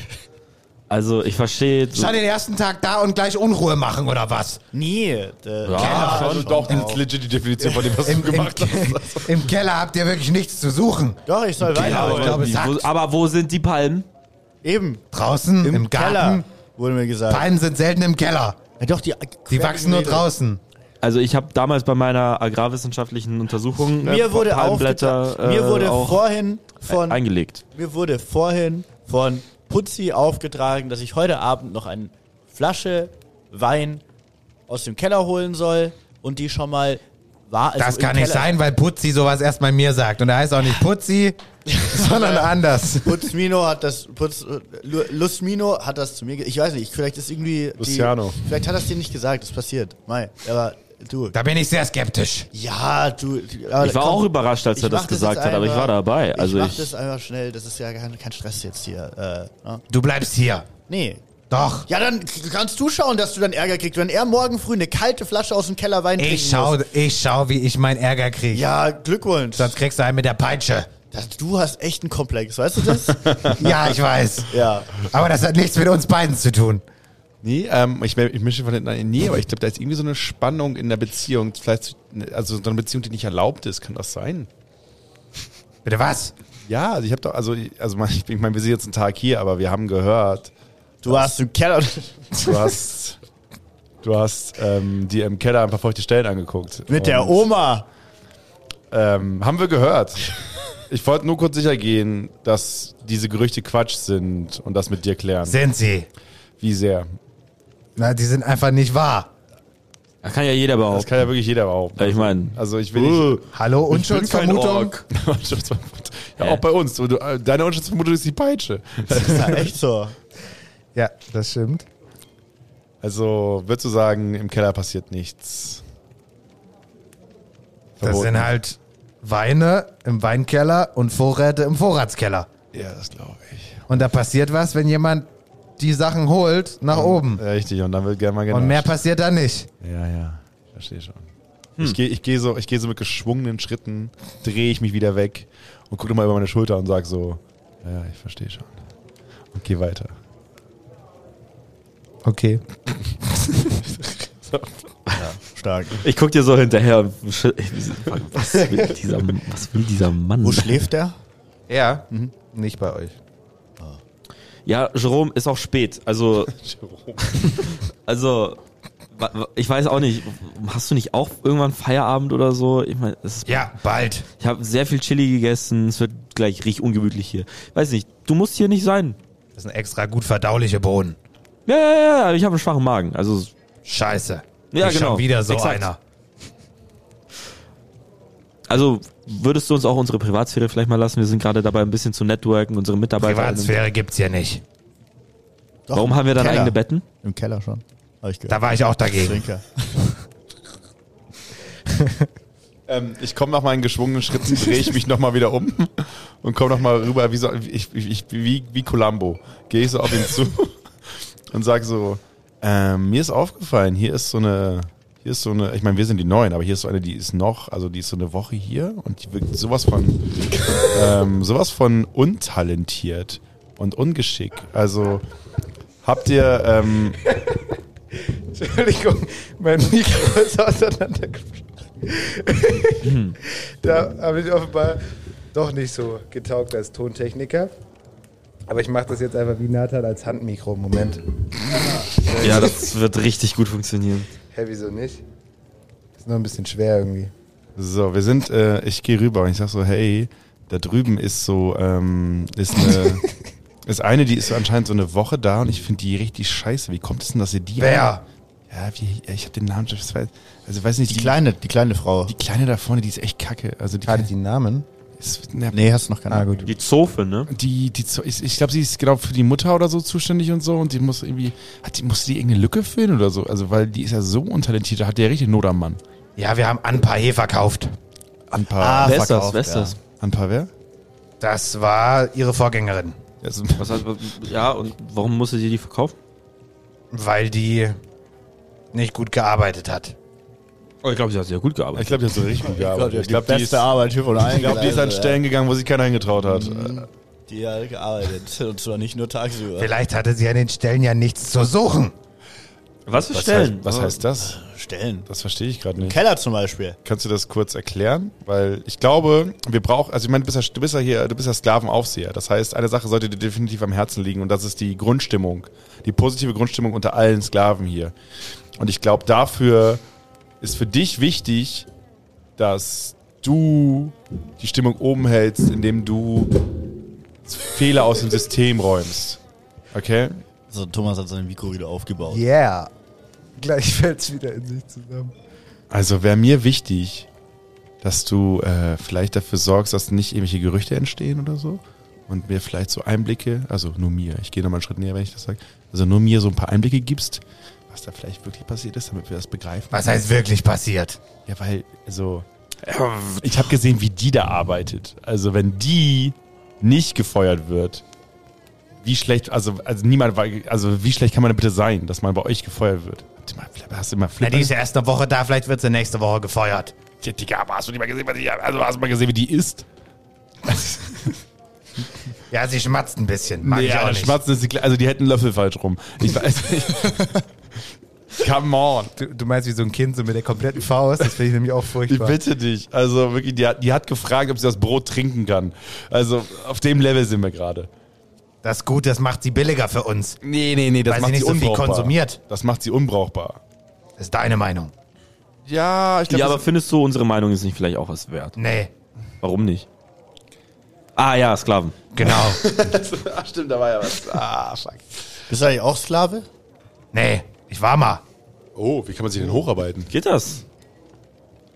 Also, ich verstehe. So,
Schon den ersten Tag da und gleich Unruhe machen oder was?
Nee. äh,
Ah, also doch, das ist legit die Definition von dem, was du gemacht
im,
hast.
Im Keller habt ihr wirklich nichts zu suchen.
Doch, ich soll weiter.
Keller,
aber
ich glaube,
die,
es
wo,
hackt.
aber wo sind die Palmen?
Eben.
Draußen, im, Garten.
Keller, wurde mir gesagt.
Palmen sind selten im Keller.
Ja, doch, die,
Die wachsen nur draußen.
Also, ich habe damals bei meiner agrarwissenschaftlichen Untersuchung äh,
Mir wurde,
Palmblätter
aufgeta- mir
äh,
wurde
auch
vorhin von
eingelegt.
Mir wurde vorhin von Putzi aufgetragen, dass ich heute Abend noch eine Flasche Wein aus dem Keller holen soll und die schon mal war. also
Das
im
kann nicht
Keller-
sein, weil Putzi sowas erstmal mir sagt. Und er heißt auch nicht Putzi, sondern anders.
Putzmino hat das, Putz, äh, Lu- Lusmino hat das zu mir, ge ich weiß nicht, vielleicht ist irgendwie, die,
Luciano.
vielleicht hat das dir nicht gesagt, das passiert, Mai, aber du,
Da bin ich sehr skeptisch.
ja, du.
Ich war auch überrascht, als er das gesagt hat, aber ich war dabei. Also
ich mach
ich-
das einfach schnell, das ist ja kein, kein Stress jetzt hier, äh, ne?
Du bleibst hier.
nee.
Doch.
Ja, dann k- kannst du schauen, dass du dann Ärger kriegst, wenn er morgen früh eine kalte Flasche aus dem Keller Wein trinken
Ich schau,
muss.
ich schau, wie ich meinen Ärger kriege.
Ja, Glückwunsch.
Sonst kriegst du einen mit der Peitsche.
Das- du hast echt einen Komplex, weißt du das?
Ja, ich weiß.
ja.
Aber das hat nichts mit uns beiden zu tun.
Nee, ähm, ich, ich mische von hinten ein. Nee, aber ich glaube, da ist irgendwie so eine ne, Spannung in der Beziehung. Vielleicht, also so eine Beziehung, die nicht erlaubt ist. Kann das sein?
Bitte was?
Ja, also ich habe doch, also, also mein- ich meine, wir sind jetzt einen Tag hier, aber wir haben gehört,
Du warst im Keller.
du hast, du hast ähm, dir im Keller ein paar feuchte Stellen angeguckt.
Mit der
Und,
Oma.
Ähm, haben wir gehört. Ich wollte nur kurz sicher gehen, dass diese Gerüchte Quatsch sind und das mit dir klären.
Sind sie?
Wie sehr?
Na, die sind einfach nicht wahr.
Da kann ja jeder
Das
behaupten.
kann ja wirklich jeder behaupten.
Ich meine,
Also ich will nicht.
Hallo, Unschuldsvermutung?
(laughs) Unschuldsvermutung. ja, auch bei uns. Du, äh, deine Unschuldsvermutung ist die Peitsche. (laughs)
Das ist ja echt so.
Ja, das stimmt.
Also würdest du sagen, im Keller passiert nichts.
Das sind halt Weine im Weinkeller und Vorräte im Vorratskeller.
Ja, das glaube ich.
Und da passiert was, wenn jemand die Sachen holt nach oben.
Richtig, und dann wird gerne mal genascht.
Und mehr passiert da nicht.
Ja, ja, ich verstehe schon. Ich gehe ich geh so, ich geh so mit geschwungenen Schritten, drehe ich mich wieder weg und gucke mal über meine Schulter und sage so, ja, ja, ich verstehe schon. Und geh weiter.
(laughs)
Okay.
Stark.
Ich guck dir so hinterher und sch- was will dieser, was will dieser Mann?
Wo schläft der?
Ja,
Mhm.
nicht bei euch.
Ja, Jerome ist auch spät.
(laughs)
Also, also, wa- wa- ich weiß auch nicht. Hast du nicht auch irgendwann Feierabend oder so? Ich meine, es ist
Ja, bald.
Ich habe sehr viel Chili gegessen. Es wird gleich richtig ungemütlich hier. Weiß nicht, du musst hier nicht sein.
Das sind extra gut verdauliche Bohnen.
Ja, ja, ja, ich habe einen schwachen Magen. Also,
Scheiße.
Ja,
ich
genau.
Schon wieder so
Exakt.
einer.
also würdest du uns auch unsere Privatsphäre vielleicht mal lassen? Wir sind gerade dabei, ein bisschen zu networken, unsere Mitarbeiter.
Privatsphäre gibt's hier nicht.
Doch,
Warum haben wir dann
Keller.
eigene Betten?
Im Keller schon. Hab ich gehört.
Da war ich auch dagegen.
Trinker.
Ähm, ich komme nach meinen geschwungenen Schritten, drehe ich mich nochmal wieder um und komme nochmal rüber, wie, so, ich, ich, wie, wie Columbo. Gehe ich so auf ihn zu und sage so, ähm, mir ist aufgefallen, hier ist so eine, hier ist so eine, ich meine, wir sind die Neuen, aber hier ist so eine, die ist noch, also die ist so eine Woche hier und die wirkt sowas von, ähm, sowas von untalentiert und ungeschickt. Also habt ihr, ähm,
Entschuldigung, mein Mikro ist auseinandergeflogen. da habe ich offenbar doch nicht so getaugt als Tontechniker. Aber ich mache das jetzt einfach wie Nathan als Handmikro. Moment.
Ja, das wird richtig gut funktionieren.
Hä, wieso nicht? Ist nur ein bisschen schwer irgendwie.
So, wir sind, äh, ich gehe rüber und ich sag so, hey, da drüben ist so, ähm, ist
(laughs)
eine, ist eine, die ist anscheinend so eine Woche da und ich finde die richtig scheiße. Wie kommt es denn, dass ihr die...
Wer?
Ja, wie, ich habe den Namen, ich weiß, also weiß nicht,
Die kleine, die kleine Frau.
die Kleine da vorne, die ist echt kacke. Also die,
Hatte die Namen?
ist, ne,
nee, hast du noch keine
Ah,
Ahnung.
gut.
Die Zofe, ne?
die, die, zo- ich, ich glaube, sie ist genau für die Mutter oder so zuständig und so und die muss irgendwie, hat die, muss die irgendeine Lücke füllen oder so? Also, weil die ist ja so untalentiert, da hat die ja richtig Not am Mann.
Ja, wir haben ein paar Hefe verkauft.
An
Ah,
paar,
Wer ist das?
Ah, verkauft,
Wer ist
ja.
das?
an paar wer?
Das war ihre Vorgängerin.
Also,
Was hat, ja, und warum musste sie die verkaufen?
Weil die nicht gut gearbeitet hat.
Oh, ich glaube, sie hat sehr gut
ich
gearbeitet.
glaube, die hat so richtig gut gearbeitet.
die beste Arbeit hier von allen.
Ich glaube, die ist an Stellen gegangen, wo sich keiner hingetraut hat.
Die hat gearbeitet. Und zwar nicht nur tagsüber.
Vielleicht hatte sie an den Stellen ja nichts zu suchen.
Was für
Was,
Stellen? Oh.
heißt, was heißt das?
Stellen.
Das verstehe ich gerade nicht.
Keller zum Beispiel.
Kannst du das kurz erklären? Weil ich glaube, wir brauchen, also ich meine, du bist, ja, du bist ja hier, du bist ja Sklavenaufseher. Das heißt, eine Sache sollte dir definitiv am Herzen liegen und das ist die Grundstimmung, die positive Grundstimmung unter allen Sklaven hier. Und ich glaube, dafür ist für dich wichtig, dass du die Stimmung oben hältst, indem du Fehler aus dem System räumst. Okay?
So, Also Thomas hat sein Mikro wieder aufgebaut.
Yeah. Gleich fällt's wieder in sich zusammen.
Also wäre mir wichtig, dass du äh, vielleicht dafür sorgst, dass nicht irgendwelche Gerüchte entstehen oder so. Und mir vielleicht so Einblicke, also nur mir, ich gehe nochmal einen Schritt näher, wenn ich das sage, also nur mir so ein paar Einblicke gibst, was da vielleicht wirklich passiert ist, damit wir das begreifen.
Was heißt wirklich passiert?
Ja, weil, also, ich habe gesehen, wie die da arbeitet. Also wenn die nicht gefeuert wird, wie schlecht, also, also niemand, war- also wie schlecht kann man denn bitte sein, dass man bei euch gefeuert wird? Habt ihr mal Flipper? Hast du mal
Na,
Flipper?
die ist ja erst eine Woche da, vielleicht wird sie nächste Woche gefeuert.
Ja, Digga, aber hast du nicht mal gesehen, was die, also hast du mal gesehen, wie die ist?
Ja, sie schmatzt ein bisschen. Mag ich auch
das (laughs)
nicht.
Schmatzen ist die, Kle- also die hätten einen Löffel falsch rum. Ich weiß nicht. come on.
Du, du meinst wie so ein Kind so mit der kompletten Faust, das finde ich nämlich auch
Ich
furchtbar.
bitte dich. Also wirklich, die hat, die hat gefragt, ob sie das Brot trinken kann. Also auf dem Level sind wir gerade.
Das ist gut, das macht sie billiger für uns.
Nee, nee, nee, das
Weil sie
macht
nicht
sie
so viel
unbrauchbar.
konsumiert.
Das macht sie unbrauchbar.
Das ist deine Meinung.
Ja, ich glaube,
Ja, aber findest du, unsere Meinung ist nicht vielleicht auch was wert?
Nee,
Warum nicht? Ah ja, Sklaven.
(laughs)
genau.
ah, stimmt, da war ja was. Ah, fuck.
Bist du eigentlich auch Sklave?
nee, ich war mal.
Oh, wie kann man sich denn hocharbeiten?
Geht das?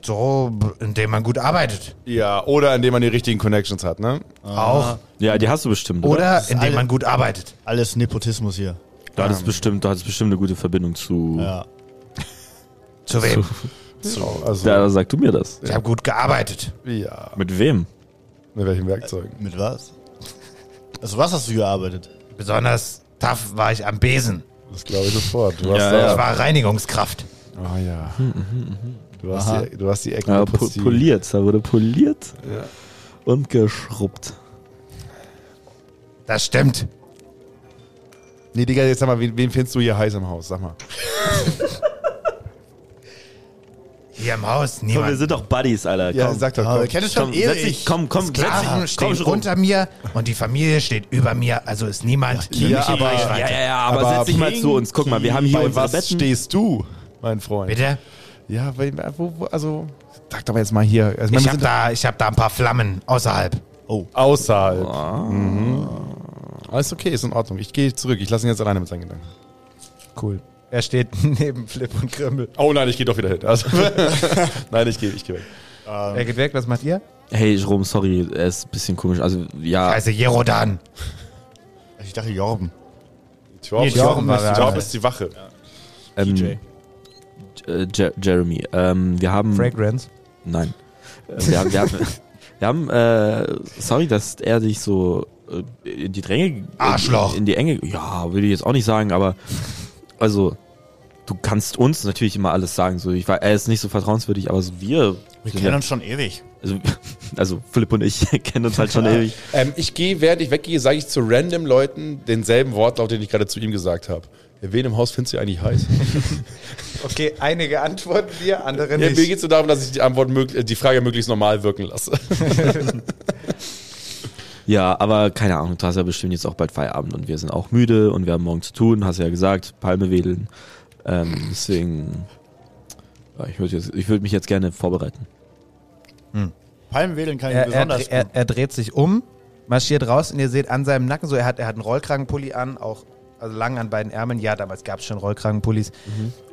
So, b- indem man gut arbeitet.
Ja, oder indem man die richtigen Connections hat, ne?
Auch.
Ja, die hast du bestimmt.
Oder
alle-
indem man gut arbeitet.
Alles Nepotismus hier.
Du hattest, bestimmt, du hattest bestimmt eine gute Verbindung zu.
Ja.
Zu wem?
So, also,
Da sag du mir das.
Ich habe gut gearbeitet.
ja.
Mit wem?
Mit welchen Werkzeugen?
Mit was? Also was hast du gearbeitet?
Besonders tough war ich am Besen.
Das glaube ich sofort. Du hast
Ja,
da-
Ich war Reinigungskraft.
Ah ja. Du hast, die, du hast die Ecken
Ja, po
geputzt, die-
poliert. Da wurde poliert und geschrubbt.
Das stimmt.
Nee, Digga, jetzt sag mal, wen, wen findest du hier heiß im Haus? Sag mal.
Hier im Haus
Komm, wir
niemand.
sind doch Buddies, Alter.
Ja,
komm,
sag doch, komm.
kennt es
komm, setz dich, komm, komm, setz
Sklaven
dich, komm
stehen
schon rum.
unter mir und die Familie steht über mir. Also ist niemand. für mich in Reichweite.
Ja, ja, ja, aber,
Aber
setz dich mal
Pinky,
zu uns. Guck mal, wir haben hier
bei
unsere
was
Betten.
stehst du, mein Freund?
Bitte?
Ja, weil, wo, wo, also, sag doch mal jetzt mal hier. Also, ich meine,
Ich
wir
habe
sind
da, ich hab da ein paar Flammen außerhalb.
außerhalb.
Ah.
Mhm. Alles okay, ist in Ordnung. Ich gehe zurück. Ich lasse ihn jetzt alleine mit seinen Gedanken. Cool.
Er steht neben Flip und Krimmel.
Oh nein, ich gehe doch wieder hin. (laughs) Also, nein, ich gehe, ich gehe weg.
Er geht weg, was macht ihr?
Hey, Jerome, sorry, er ist ein bisschen komisch. Also, ja,
Also Jerodan.
Ich dachte Jorben.
Job,
Jochen war der andere.
ist die Wache.
ähm, äh, Je Jeremy, ähm, wir haben...
Fragrance.
Nein. Äh, Wir haben, (laughs) wir haben, wir haben äh, sorry, dass er dich so äh, in die Dränge.
Arschloch.
In, in die Enge. Ja, würde ich jetzt auch nicht sagen, aber. Also, du kannst uns natürlich immer alles sagen. So, ich war, er ist nicht so vertrauenswürdig, aber so wir.
Wir
sind
kennen
ja-
uns schon ewig.
also, (laughs) also, Philipp und ich (laughs) kennen uns halt schon ewig.
Ähm, ich gehe, während ich weggehe, sage ich zu random Leuten denselben Wortlaut, den ich gerade zu ihm gesagt habe. Ja, Wen im Haus findest du eigentlich (laughs) heiß?
Okay, einige antworten wir, andere
Ja, mir geht es nur darum, dass ich die, Antwort mög- äh, die Frage möglichst normal wirken lasse.
Ja, aber keine Ahnung, du hast ja bestimmt jetzt auch bald Feierabend und wir sind auch müde und wir haben morgen zu tun, hast ja gesagt, Palme wedeln. Ähm, deswegen. Ja, ich würde würd mich jetzt gerne vorbereiten.
Palmwedeln kann ich
Er, er,
besonders
dre- er, er dreht sich um, marschiert raus und ihr seht an seinem Nacken, so er hat, er hat einen Rollkragenpulli an, auch also lang an beiden Ärmeln. Ja, damals gab es schon Rollkragenpullis.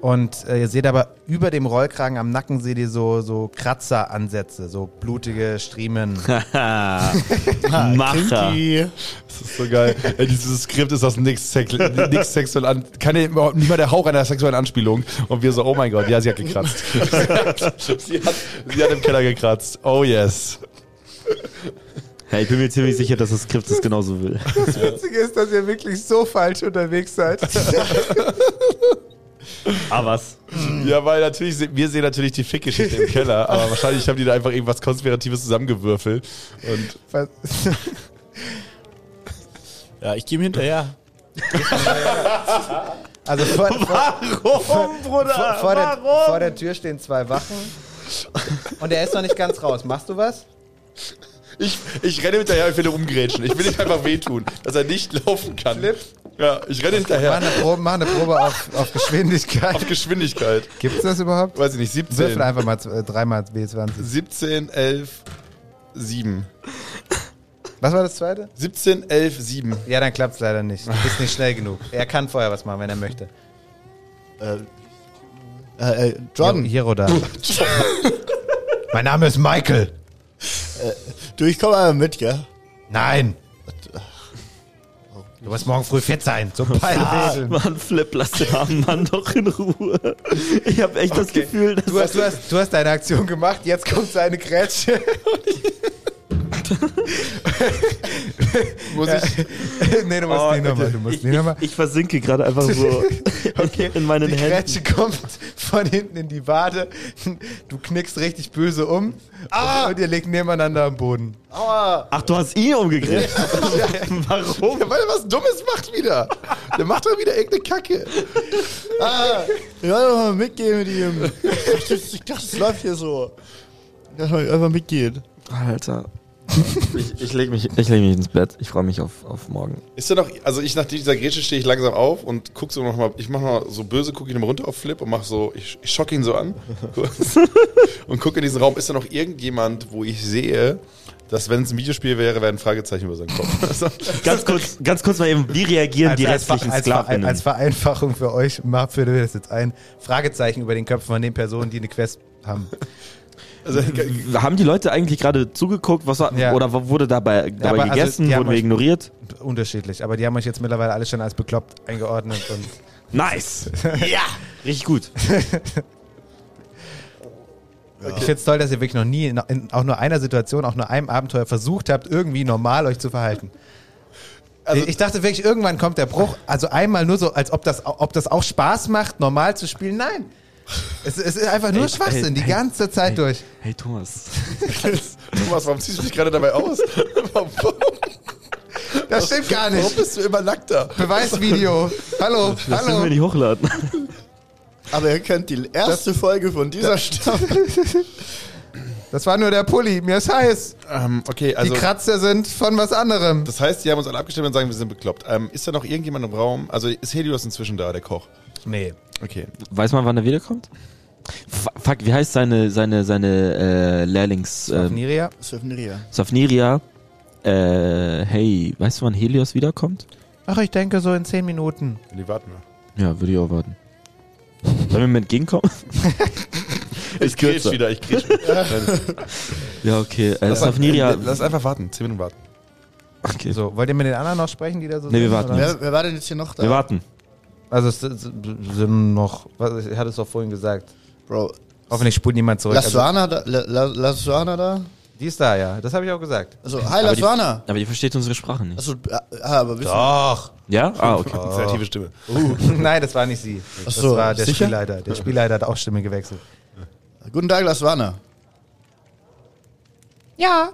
Und äh, ihr seht aber über dem Rollkragen am Nacken seht ihr so, so Kratzeransätze, so blutige (laughs) Striemen.
gut.
Macher.
Kinky.
(laughs) Das ist so geil. Ey, dieses Skript ist das nichts nix sexuell an. Kann ja überhaupt nicht mal der Hauch einer sexuellen Anspielung. Und wir so, oh mein Gott, ja, sie hat gekratzt. (laughs) sie, hat, sie hat im Keller gekratzt. Oh yes.
Ja, ich bin mir ziemlich sicher, dass das Skript das genauso will.
Witzig ist, dass ihr wirklich so falsch unterwegs seid.
Ah, was?
Ja, weil natürlich, se- wir sehen natürlich die Fickgeschichte im Keller, (laughs) aber wahrscheinlich haben die da einfach irgendwas Konspiratives zusammengewürfelt. Und
Ja, ich gehe
(laughs)
ihm hinterher.
Also vor, Warum, vor, Bruder? Vor, vor, der, vor der Tür stehen zwei Wachen. Und er ist noch nicht ganz raus. Machst du was?
ich, ich renne hinterher, ich will ihn umgrätschen. Ich will ihm einfach wehtun, dass er nicht laufen kann. Ja, ich renne
Mach
hinterher.
eine Probe, mach eine Probe auf, auf Geschwindigkeit. (laughs)
Auf Geschwindigkeit.
Gibt's das überhaupt?
Weiß ich nicht, 17.
Würfel einfach mal z- äh, dreimal W20.
17, 11, 7.
Was war das zweite?
17, 11, 7.
Ja, dann klappt's leider nicht. Du bist nicht schnell genug. Er kann vorher was machen, wenn er möchte.
Äh, äh, Jordan,
Hier oder
(laughs) Mein Name ist Michael.
du, ich komme einmal mit, gell?
Nein. Du musst morgen früh fit sein. (laughs) So
Pfeilwedeln.
Mann, Flip, lass den armen Mann doch in Ruhe. Ich habe echt das Gefühl, dass
Du hast, du, hast, du hast deine Aktion gemacht, jetzt kommt seine Grätsche.
Muss ich?
nee, du musst
Oh,
nicht
bitte.
nochmal. Du
ich,
musst nicht
ich,
nochmal.
ich versinke gerade einfach
(laughs)
so
Okay,
in meinen
die
Händen.
Grätsche kommt von hinten in die Wade. Du knickst richtig böse um.
Ah!
Und ihr liegt nebeneinander am Boden.
Ach, du hast ihn umgegriffen.
Oh.
Warum?
Weil er was Dummes macht wieder. Der macht doch wieder irgendeine Kacke.
Ja, doch mal mitgehen mit ihm. Ich dachte, ich dachte, es läuft hier so. Dass man einfach mitgeht.
Alter. ich, ich lege mich, ich leg mich ins Bett. Ich freue mich auf, auf morgen.
Ist da noch, also ich nach dieser Grätsche stehe ich langsam auf und guck so nochmal, ich mache mal so böse, gucke ihn immer runter auf Flip und mach so, ich, ich schock ihn so
(laughs)
an kurz, und gucke in diesen Raum, ist da noch irgendjemand, wo ich sehe, dass wenn es ein Videospiel wäre, wären Fragezeichen über seinen Kopf. (laughs) Also,
Ganz kurz, ganz kurz mal eben, wie reagieren die
Als- als-
restlichen
als, als,
Sklavinnen?
als Vereinfachung für euch macht für das jetzt ein Fragezeichen über den Köpfen von den Personen, die eine Quest haben.
also,
Haben die Leute eigentlich gerade zugeguckt? Was war,
Ja.
Oder wurde dabei, dabei
aber also,
gegessen?
die haben
Wurden wir
euch-
ignoriert?
Unterschiedlich. Aber die haben euch jetzt mittlerweile alle schon als bekloppt eingeordnet. Und (laughs)
Nice! ja! Richtig gut.
Ich finde es toll, dass ihr wirklich noch nie in, in auch nur einer Situation, auch nur einem Abenteuer versucht habt, irgendwie normal euch zu verhalten.
Also-
ich dachte wirklich, irgendwann kommt der Bruch. Also einmal nur so, als ob das, ob das auch Spaß macht, normal zu spielen. Nein. Es, es ist einfach nur Schwachsinn, die ganze Zeit durch.
Hey Thomas.
Thomas, warum ziehst du dich gerade dabei
(laughs)
aus? Warum,
Das stimmt gar
warum
nicht.
bist du immer nackter?
Beweisvideo. Hallo,
Das müssen wir
hallo.
nicht hochladen.
Aber ihr könnt die erste Folge von dieser Staffel.
Das war nur der Pulli. Mir ist heiß.
Ähm, okay,
Die
also
Kratzer sind von was anderem.
das heißt, die haben uns alle abgestimmt und sagen, wir sind bekloppt. Ähm, ist da noch irgendjemand im Raum? Also ist Helios inzwischen da, der Koch?
Nee.
Okay.
Weiß man, wann er wiederkommt? F fuck, wie heißt seine, seine, seine äh, Lehrlings... Äh,
Niria?
Safniria.
Safniria. Äh, hey, weißt du, wann Helios wiederkommt?
Ach, ich denke so in zehn Minuten.
Die warten wir.
Ja, würde ich auch warten. (laughs) Sollen wir mit entgegenkommen?
Ich kriech
kürzer.
wieder, ich
(laughs)
kriech
Ja, okay. Äh,
Lass,
Safniria...
lass einfach warten, 10 Minuten warten.
Okay.
So, wollt ihr mit den anderen noch sprechen, die da so
Nee, wir
sind?
warten.
oder?
Wer, wer war denn jetzt hier noch da?
Wir warten.
Also es s- s- sind noch, was, ich hatte es doch vorhin gesagt.
Bro.
Hoffentlich spult niemand zurück. Also,
Lasuana da? La- La- Lasuana da?
die ist da, ja. Das habe ich auch gesagt.
Also, hi
Aber die-
Lasuana.
Aber ihr versteht unsere Sprache nicht.
Also, äh, aber wissen
Doch.
Ja? Ah, okay.
Initiative Stimme.
(laughs) Nein, das war nicht sie. Das
so,
war der
sicher?
Spielleiter. Der Spielleiter hat auch Stimme gewechselt.
Guten Tag, Lasuana.
Ja.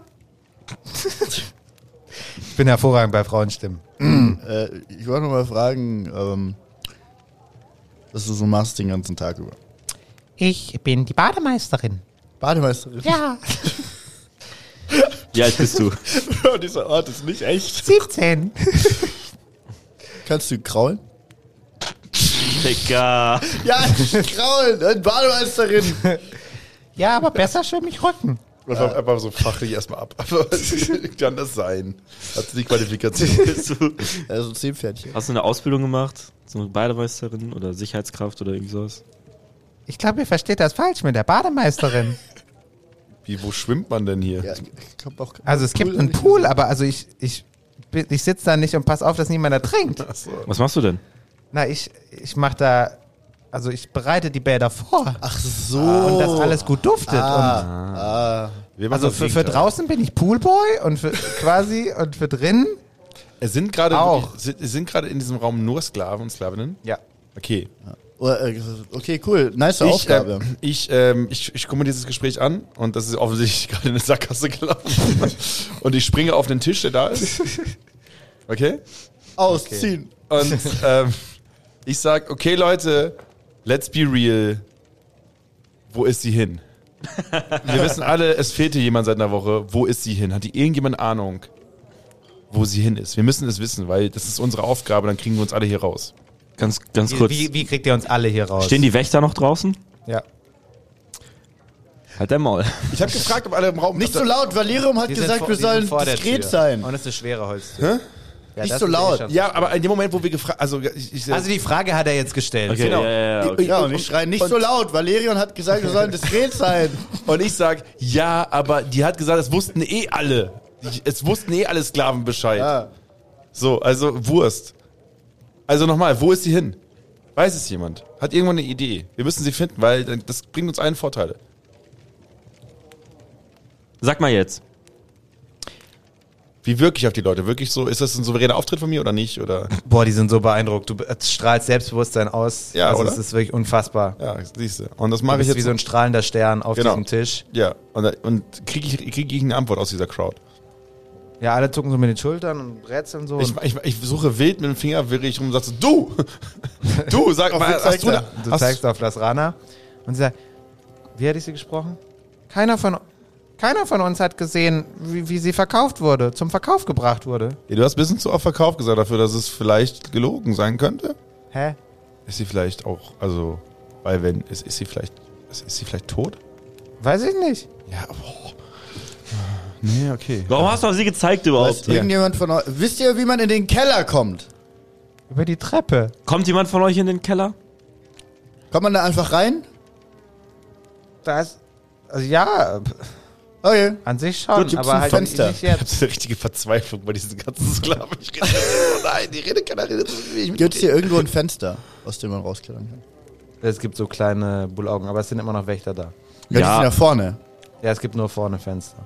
ich bin hervorragend bei Frauenstimmen.
Äh, ich wollte noch mal fragen, ähm, was du so machst den ganzen Tag über.
Ich bin die Bademeisterin.
Bademeisterin. (laughs)
Ja,
Wie alt bist du?
Dieser Ort ist nicht echt.
17.
Kannst du kraulen?
Digga.
Ja, kraulen! äh, Bademeisterin!
Ja, aber besser schwimme ich Rücken.
Einfach, einfach so fachlich erstmal ab.
(laughs)
Aber (laughs) kann das sein? Hat sie die Qualifikation?
Bist du?
Also Zehpferdchen.
Hast du eine Ausbildung gemacht? So eine Bademeisterin oder Sicherheitskraft oder irgend sowas?
Ich glaube, ihr versteht das falsch mit der Bademeisterin.
Wie, wo schwimmt man denn hier?
Ja, ich glaub auch.
Also es gibt einen Pool, aber also ich, ich, bin- ich sitze da nicht und pass auf, dass niemand da trinkt.
Was machst du denn?
Na, ich, ich mache da, also ich bereite die Bäder vor.
Ach so.
Ah, Und dass alles gut duftet. und
Ah,
Wir machen
Also
das
für, für
Gegenteil.
draußen bin ich Poolboy und für quasi und für drinnen.
Es sind gerade
Auch.
wirklich- sind, es sind gerade in diesem Raum nur Sklaven und Sklavinnen.
Ja.
Okay.
Oh, äh, Okay, cool. Nice
Ich,
Aufgabe.
ähm, ich, ähm, ich, ich gucke mir dieses Gespräch an und das ist offensichtlich (laughs) gerade in eine Sackgasse gelaufen. und ich springe auf den Tisch, der da ist. Okay?
Ausziehen.
Und ähm, ich sag, okay, Leute, let's be real. Wo ist sie hin? Wir wissen alle, es fehlte jemand seit einer Woche. Wo ist sie hin? Hat die irgendjemand Ahnung, wo sie hin ist? Wir müssen es wissen, weil das ist unsere Aufgabe, dann kriegen wir uns alle hier raus.
Ganz, ganz
Wie,
kurz.
wie, wie kriegt ihr uns alle hier raus?
Stehen die Wächter noch draußen?
ja.
Halt dein Maul.
Ich habe gefragt, ob alle im Raum
Nicht so laut. Valerium hat
Die sind
gesagt,
vor-
wir
die sind
sollen
vor der
diskret
Tür.
sein.
Und es ist eine schwere Holztür. Ja,
Nicht
das
so
ist eh
laut.
schon-
Ja, aber in dem Moment, wo wir gefragt, also ich, ich,
Also die Frage hat er jetzt
(laughs)
gestellt.
Okay,
Genau.
ja, ja, ja, okay.
Ja, und ich schreie nicht so laut. Valerion hat gesagt, wir sollen diskret (laughs) sein.
und ich sag, ja, aber die hat gesagt, es wussten eh alle, Die- es wussten eh alle Sklaven Bescheid.
Ja.
So, also Wurst. Also nochmal, wo ist sie hin? Weiß es jemand? Hat irgendwann eine Idee? Wir müssen sie finden, weil dann- das bringt uns allen Vorteile.
Sag mal jetzt.
Wie wirke ich auf die Leute? Wirklich so? Ist das ein souveräner Auftritt von mir oder nicht? Oder
Boah, die sind so beeindruckt. Du be- strahlst Selbstbewusstsein aus.
Ja,
also
oder?
es ist wirklich unfassbar.
ja, siehst du. Und das
Du
mache ich
bist
jetzt.
wie so ein strahlender Stern auf
Genau.
diesem Tisch.
ja. Und, und kriege ich, krieg ich eine Antwort aus dieser Crowd?
Ja, alle zucken so mit den Schultern und rätseln so.
Ich,
und
ich, ich suche wild mit dem Finger wirklich rum und sag so, (laughs) du! Du, sag mal,
du,
hast
zeigst,
du
da,
eine,
du
hast,
zeigst auf das Rana und sie sagt, wie hätte ich sie gesprochen?
Keiner von, keiner von uns hat gesehen, wie, wie sie verkauft wurde, zum Verkauf gebracht wurde.
Ja, du hast ein bisschen zu oft Verkauf gesagt dafür, dass es vielleicht gelogen sein könnte.
Hä?
Ist sie vielleicht auch, also, weil wenn, ist, ist sie vielleicht, ist, ist sie vielleicht tot?
Weiß ich nicht.
Ja, oh, boah. Nee, okay.
Warum hast du auf sie gezeigt überhaupt?
Irgendjemand von euch. Wisst ihr, wie man in den Keller kommt?
Über die Treppe.
Kommt jemand von euch in den Keller?
Kommt man da einfach rein?
Da ist, also ja,
Okay.
an sich schon,
Gut, gibt's
aber
ein
halt
Fenster?
nicht jetzt.
Das ist eine richtige Verzweiflung bei diesen ganzen Sklaven. Ich rede, oh nein, die rede keiner redet so mit mir.
Gibt es hier irgendwo ein Fenster, aus dem man rausklettern kann?
Es gibt so kleine Bullaugen, aber es sind immer noch Wächter da.
Ja, die sind da vorne.
Ja, es gibt nur vorne Fenster.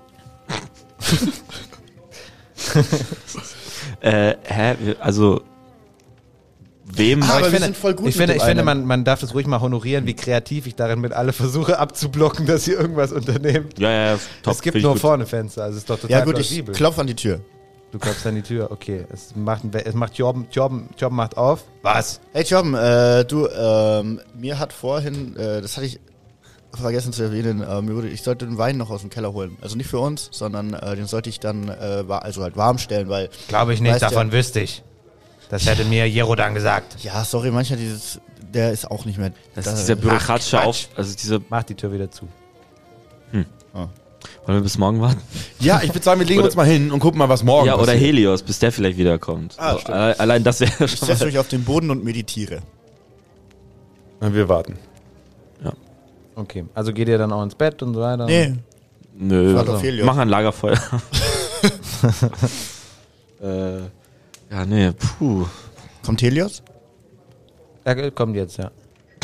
Äh, hä? Wir- Also. Wem?
Ah, aber
ich
wir
finde-
sind voll gut mit
Ich finde,
dem
ich finde
einen.
man, man darf das ruhig mal honorieren, wie kreativ ich darin bin, alle versuche abzublocken, (laughs) dass ihr irgendwas unternehmt.
Ja, ja, ja. Top,
es gibt
find ich
nur
gut.
vorne Fenster, also es ist doch total
Ja gut, ich
plausibel.
klopf an die Tür.
du klopfst an die Tür, okay. Es macht, ein We- es macht Jorben, Jorben, Jorben macht auf. Was?
Hey Jobben, äh, du, ähm, mir hat vorhin, äh, das hatte ich vergessen zu erwähnen, äh, mir wurde, ich sollte den Wein noch aus dem Keller holen. Also nicht für uns, sondern äh, den sollte ich dann äh, wa- also halt warm stellen, weil,
Glaube ich nicht,
Weißt
davon wüsste ich. Das hätte mir Jerodan gesagt.
ja, sorry, manchmal dieses, der ist auch nicht mehr.
Das
da.
ist dieser bürokratische Auf. Also, diese.
Mach die Tür wieder zu.
Wollen wir bis morgen warten?
Ja, ich würde sagen, wir legen uns mal hin und gucken mal, was morgen
ja, oder
passiert.
Helios, bis der vielleicht wiederkommt.
Ah,
Also,
stimmt.
alle- allein das wäre
ich
schon
setze
mal.
mich auf den Boden und meditiere.
Na, Wir warten.
Okay, also geht ihr dann auch ins Bett und so weiter?
Nee,
Nö,
Warte auf Helios.
mach ein Lagerfeuer. äh, ja, nee, puh.
kommt Helios?
Er kommt jetzt, ja.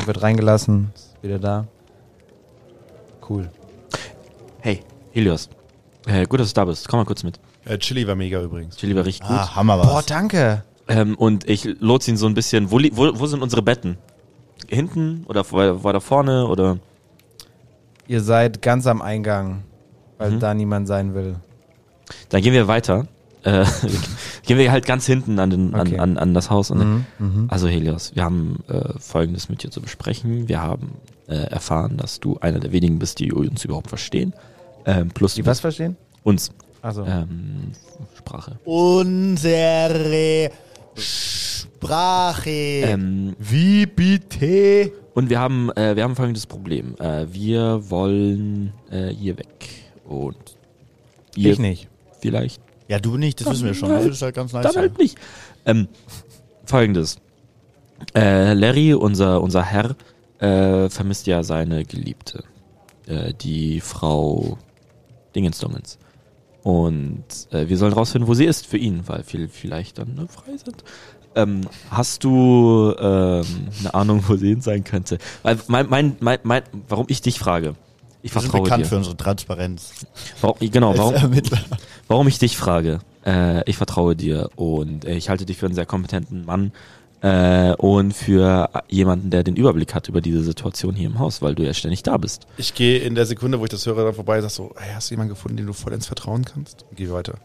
Wird reingelassen, ist wieder da. Cool.
Hey, Helios. Äh, gut, dass du da bist. Komm mal kurz mit.
Äh, Chili war mega übrigens.
Chili war richtig gut.
Ah, Hammer
Boah,
war's.
danke.
Ähm, und ich lotse ihn so ein bisschen. Wo, li- wo, wo sind unsere Betten? Hinten oder vor- war da vorne oder?
Ihr seid ganz am Eingang, weil
Mhm.
da niemand sein will.
Dann gehen wir weiter. Äh, (laughs) gehen wir halt ganz hinten an, den,
Okay. Mhm,
an, an, an das Haus. Und Also Helios, wir haben äh, Folgendes mit dir zu besprechen. Wir haben äh, erfahren, dass du einer der wenigen bist, die uns überhaupt verstehen. Ähm, plus
Die was verstehen?
uns.
Also
Ähm, Sprache.
Unsere Sprache.
Äh,
Ähm,
Wie bitte?
und wir haben, äh, wir haben folgendes Problem. Äh, wir wollen äh, hier weg. Und ihr
ich nicht.
vielleicht.
Ja, du nicht, das wissen wir schon. Das ist halt ganz nice.
Dann halt nicht. Ähm, Folgendes. Äh, Larry, unser, unser Herr, äh, vermisst ja seine Geliebte. Äh, die Frau Dingensdungens. Und äh, wir sollen rausfinden, wo sie ist für ihn, weil wir vielleicht dann ne, frei sind. Ähm, hast du ähm, eine Ahnung, wo sie hin sein könnte? Weil mein, mein, mein, mein, warum ich dich frage. Ich
Wir sind
vertraue
bekannt für
dir.
unsere Transparenz.
Warum, genau, warum,
Als Ermittler.
Warum ich dich frage, äh, ich vertraue dir und äh, ich halte dich für einen sehr kompetenten Mann äh, und für jemanden, der den Überblick hat über diese Situation hier im Haus, weil du ja ständig da bist.
Ich gehe in der Sekunde, wo ich das höre, dann vorbei und sag so, hey, hast du jemanden gefunden, dem du vollends vertrauen kannst? Und Geh weiter.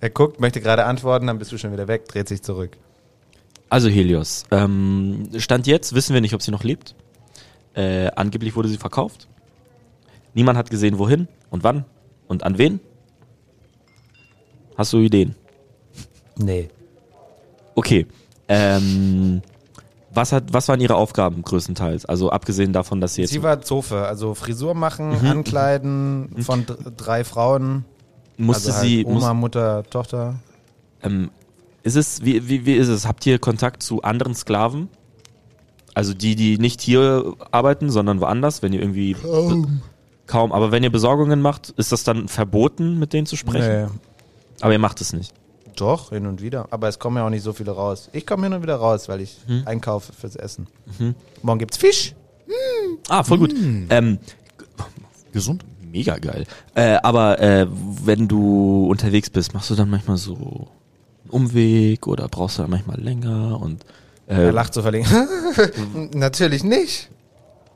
Er guckt, möchte gerade antworten, dann bist du schon wieder weg, dreht sich zurück.
Also Helios, ähm, Stand jetzt wissen wir nicht, ob sie noch lebt. Äh, angeblich wurde sie verkauft. Niemand hat gesehen, wohin und wann und an wen. Hast du Ideen?
Nee.
Okay. Ähm, was, hat, was waren ihre Aufgaben größtenteils? Also abgesehen davon, dass sie jetzt
Sie war Zofe, also Frisur
Mhm.
machen, ankleiden von dr- drei Frauen.
musste
also halt
sie muss-
Oma, Mutter, Tochter.
Ähm, ist es, wie, wie, wie ist es? Habt ihr Kontakt zu anderen Sklaven? Also die, die nicht hier arbeiten, sondern woanders, wenn ihr irgendwie. Kaum. Kaum, aber wenn ihr Besorgungen macht, ist das dann verboten, mit denen zu sprechen? Aber ihr macht es nicht.
Doch, hin und wieder. Aber es kommen ja auch nicht so viele raus. Ich komme hin und wieder raus, weil ich
Mhm.
einkaufe fürs Essen. Morgen gibt's Fisch.
Ah, voll gut. Ähm,
Gesund?
mega geil. Äh, aber äh, wenn du unterwegs bist, machst du dann manchmal so einen Umweg oder brauchst du dann manchmal länger und äh,
Er lacht so verlegen. (laughs) Natürlich nicht.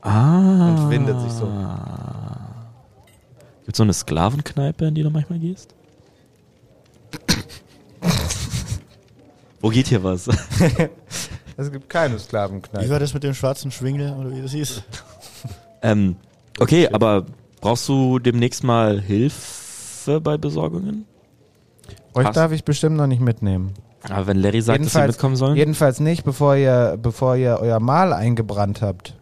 ah,
und windet sich
(laughs)
so.
Gibt es so eine Sklavenkneipe, in die du manchmal
(laughs)
gehst? Wo geht hier was? (laughs)
Es gibt keine Sklavenkneipe.
Wie war das mit dem schwarzen Schwingel oder wie das hieß?
ähm, okay, aber brauchst du demnächst mal Hilfe bei Besorgungen?
Euch
Passt.
darf ich bestimmt noch nicht mitnehmen.
Aber wenn Larry sagt, dass wir
Jedenfalls-
mitkommen sollen?
Jedenfalls nicht, bevor ihr, bevor ihr euer Mal eingebrannt habt.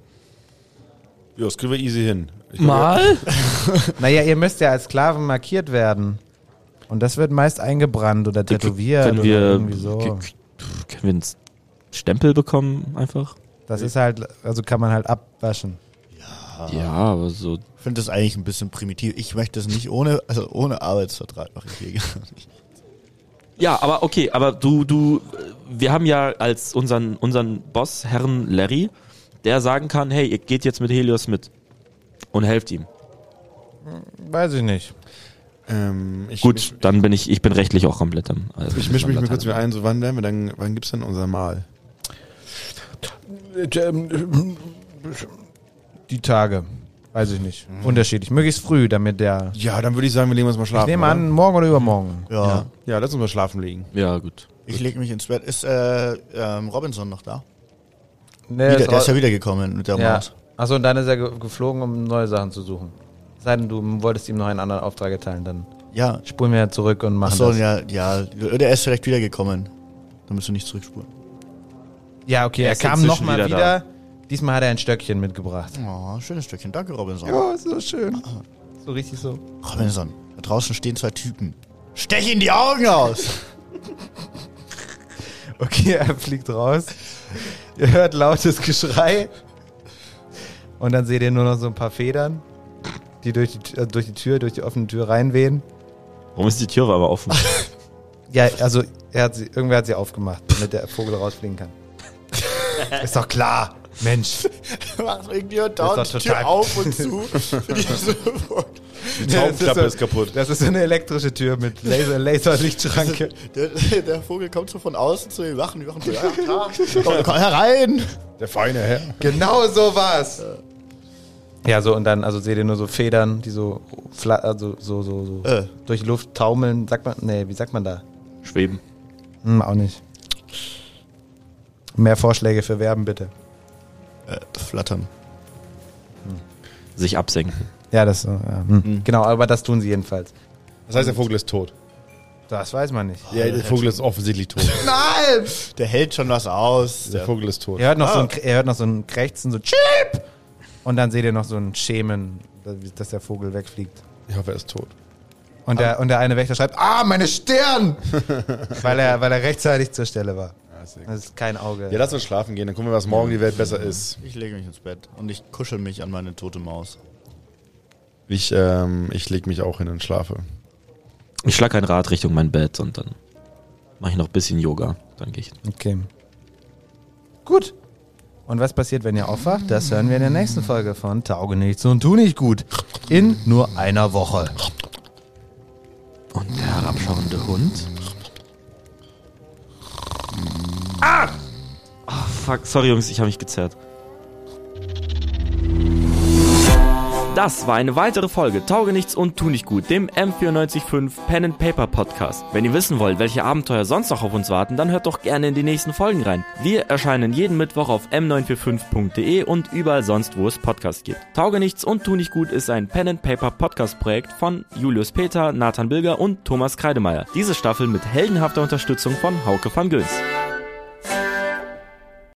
Ja, das kriegen wir easy hin. Ich glaub,
Mal?
(laughs) Naja, ihr müsst ja als Sklaven markiert werden. Und das wird meist eingebrannt
Äh,
oder tätowiert
Können
oder
wir,
irgendwie so.
k- k- können wir einen Stempel bekommen einfach?
Das ist halt, also kann man halt abwaschen.
Ja, aber so.
Ich finde das eigentlich ein bisschen primitiv. Ich möchte das nicht ohne, also ohne Arbeitsvertrag mache ich hier gar nicht.
Ja, aber okay, aber du, du, äh, wir haben ja als unseren, unseren Boss, Herrn Larry, der sagen kann, hey, ihr geht jetzt mit Helios mit und helft ihm.
Weiß ich nicht.
Ähm, ich,
Gut,
Ich,
dann bin ich, ich bin rechtlich auch komplett am. Also
ich mische mich mal kurz wieder ein, so wann werden wir dann, wann gibt's denn unser Mahl?
Die Tage. Weiß ich nicht. Unterschiedlich. Möglichst früh, damit der.
Ja, dann würde ich sagen, wir legen uns mal
Ich
schlafen.
nehme
oder?
an, morgen oder übermorgen.
Ja.
Ja, lass uns mal schlafen legen.
Ja, gut.
Ich lege mich ins Bett. Ist äh, ähm, Robinson noch da?
Nee,
Wieder,
ist
der ist
ra-
ja wiedergekommen mit der
ja.
Maus.
Achso, und dann ist er ge geflogen, um neue Sachen zu suchen. Es Sei denn, du wolltest ihm noch einen anderen Auftrag erteilen, dann
Ja.
spulen wir zurück und machen
Achso,
das. Ja,
ja, ja. Der ist vielleicht wiedergekommen. Da müssen wir nicht zurückspulen.
okay,
Er
er
ist
kam
inzwischen
nochmal wieder.
wieder
Diesmal hat er ein Stöckchen mitgebracht.
Oh, schönes Stückchen. Danke, Robinson.
Oh, so schön. So richtig so.
Robinson, da draußen stehen zwei Typen. Stech ihnen die Augen aus!
Okay, er fliegt raus. Ihr hört lautes Geschrei. Und dann seht ihr nur noch so ein paar Federn, die durch die, Tür- äh, durch die Tür, durch die offene Tür reinwehen.
Warum ist die Tür
(laughs)
aber offen?
Ja, also er hat sie, irgendwer hat sie aufgemacht, damit der Vogel rausfliegen (laughs) kann. Ist doch klar, Mensch.
Macht irgendjemand dauernd die
Ist doch
Tür
total-
auf und zu. Für die sofort.
(laughs) Die
Nee, das ist
Taubenklappe
so-
ist kaputt.
Das ist so eine elektrische Tür mit Laser, Laserlichtschranke.
Der, der Vogel kommt so von außen zu den Wachen. Die Wachen so, ja, klar. Komm, komm herein!
Der feine Herr.
Genau so war's. Ja, so und dann, also seht ihr nur so Federn, die so, fla- also so, so, so
Äh.
durch die Luft taumeln. Sagt man, nee, wie sagt man da?
Schweben.
Hm, auch nicht. Mehr Vorschläge für Verben bitte.
Äh, flattern.
Sich absenken.
Ja, das, äh, ja. Hm. genau, aber das tun sie jedenfalls.
Das heißt, der Vogel ist tot.
Das weiß man nicht.
Ja, der Vogel ist offensichtlich (laughs) tot.
Nein!
Der hält schon was aus.
Der Vogel ist tot.
Ihr hört noch, so, ein, ihr hört noch so ein Krächzen, so Chip! Und dann seht ihr noch so ein Schämen, dass der Vogel wegfliegt.
Ich hoffe, er ist tot.
Und der, und der eine Wächter schreibt, ah, meine (laughs) Stirn! weil, er, weil er rechtzeitig zur Stelle war. Das ist kein Auge.
Ja, lass uns schlafen gehen, dann gucken wir, was morgen die Welt besser ist.
Ich lege mich ins Bett und ich kuschel mich an meine tote Maus.
Ich, ähm, ich leg mich auch hin und schlafe.
Ich schlag ein Rad Richtung mein Bett und dann mache ich noch ein bisschen Yoga. Dann gehe ich.
Okay. Gut. Und was passiert, wenn ihr aufwacht? Das hören wir in der nächsten Folge von Tauge nichts und tu nicht gut. In nur einer Woche.
Und der herabschauende Hund? Ah! Oh, fuck, sorry Jungs, ich habe mich gezerrt. Das war eine weitere Folge Tauge nichts und tu nicht gut, dem M945 Pen and Paper Podcast. Wenn ihr wissen wollt, welche Abenteuer sonst noch auf uns warten, dann hört doch gerne in die nächsten Folgen rein. Wir erscheinen jeden Mittwoch auf m945.de und überall sonst, wo es Podcasts gibt. Tauge nichts und tu nicht gut ist ein Pen and Paper Podcast Projekt von Julius Peter, Nathan Bilger und Thomas Kreidemeier. Diese Staffel mit heldenhafter Unterstützung von Hauke van Göns.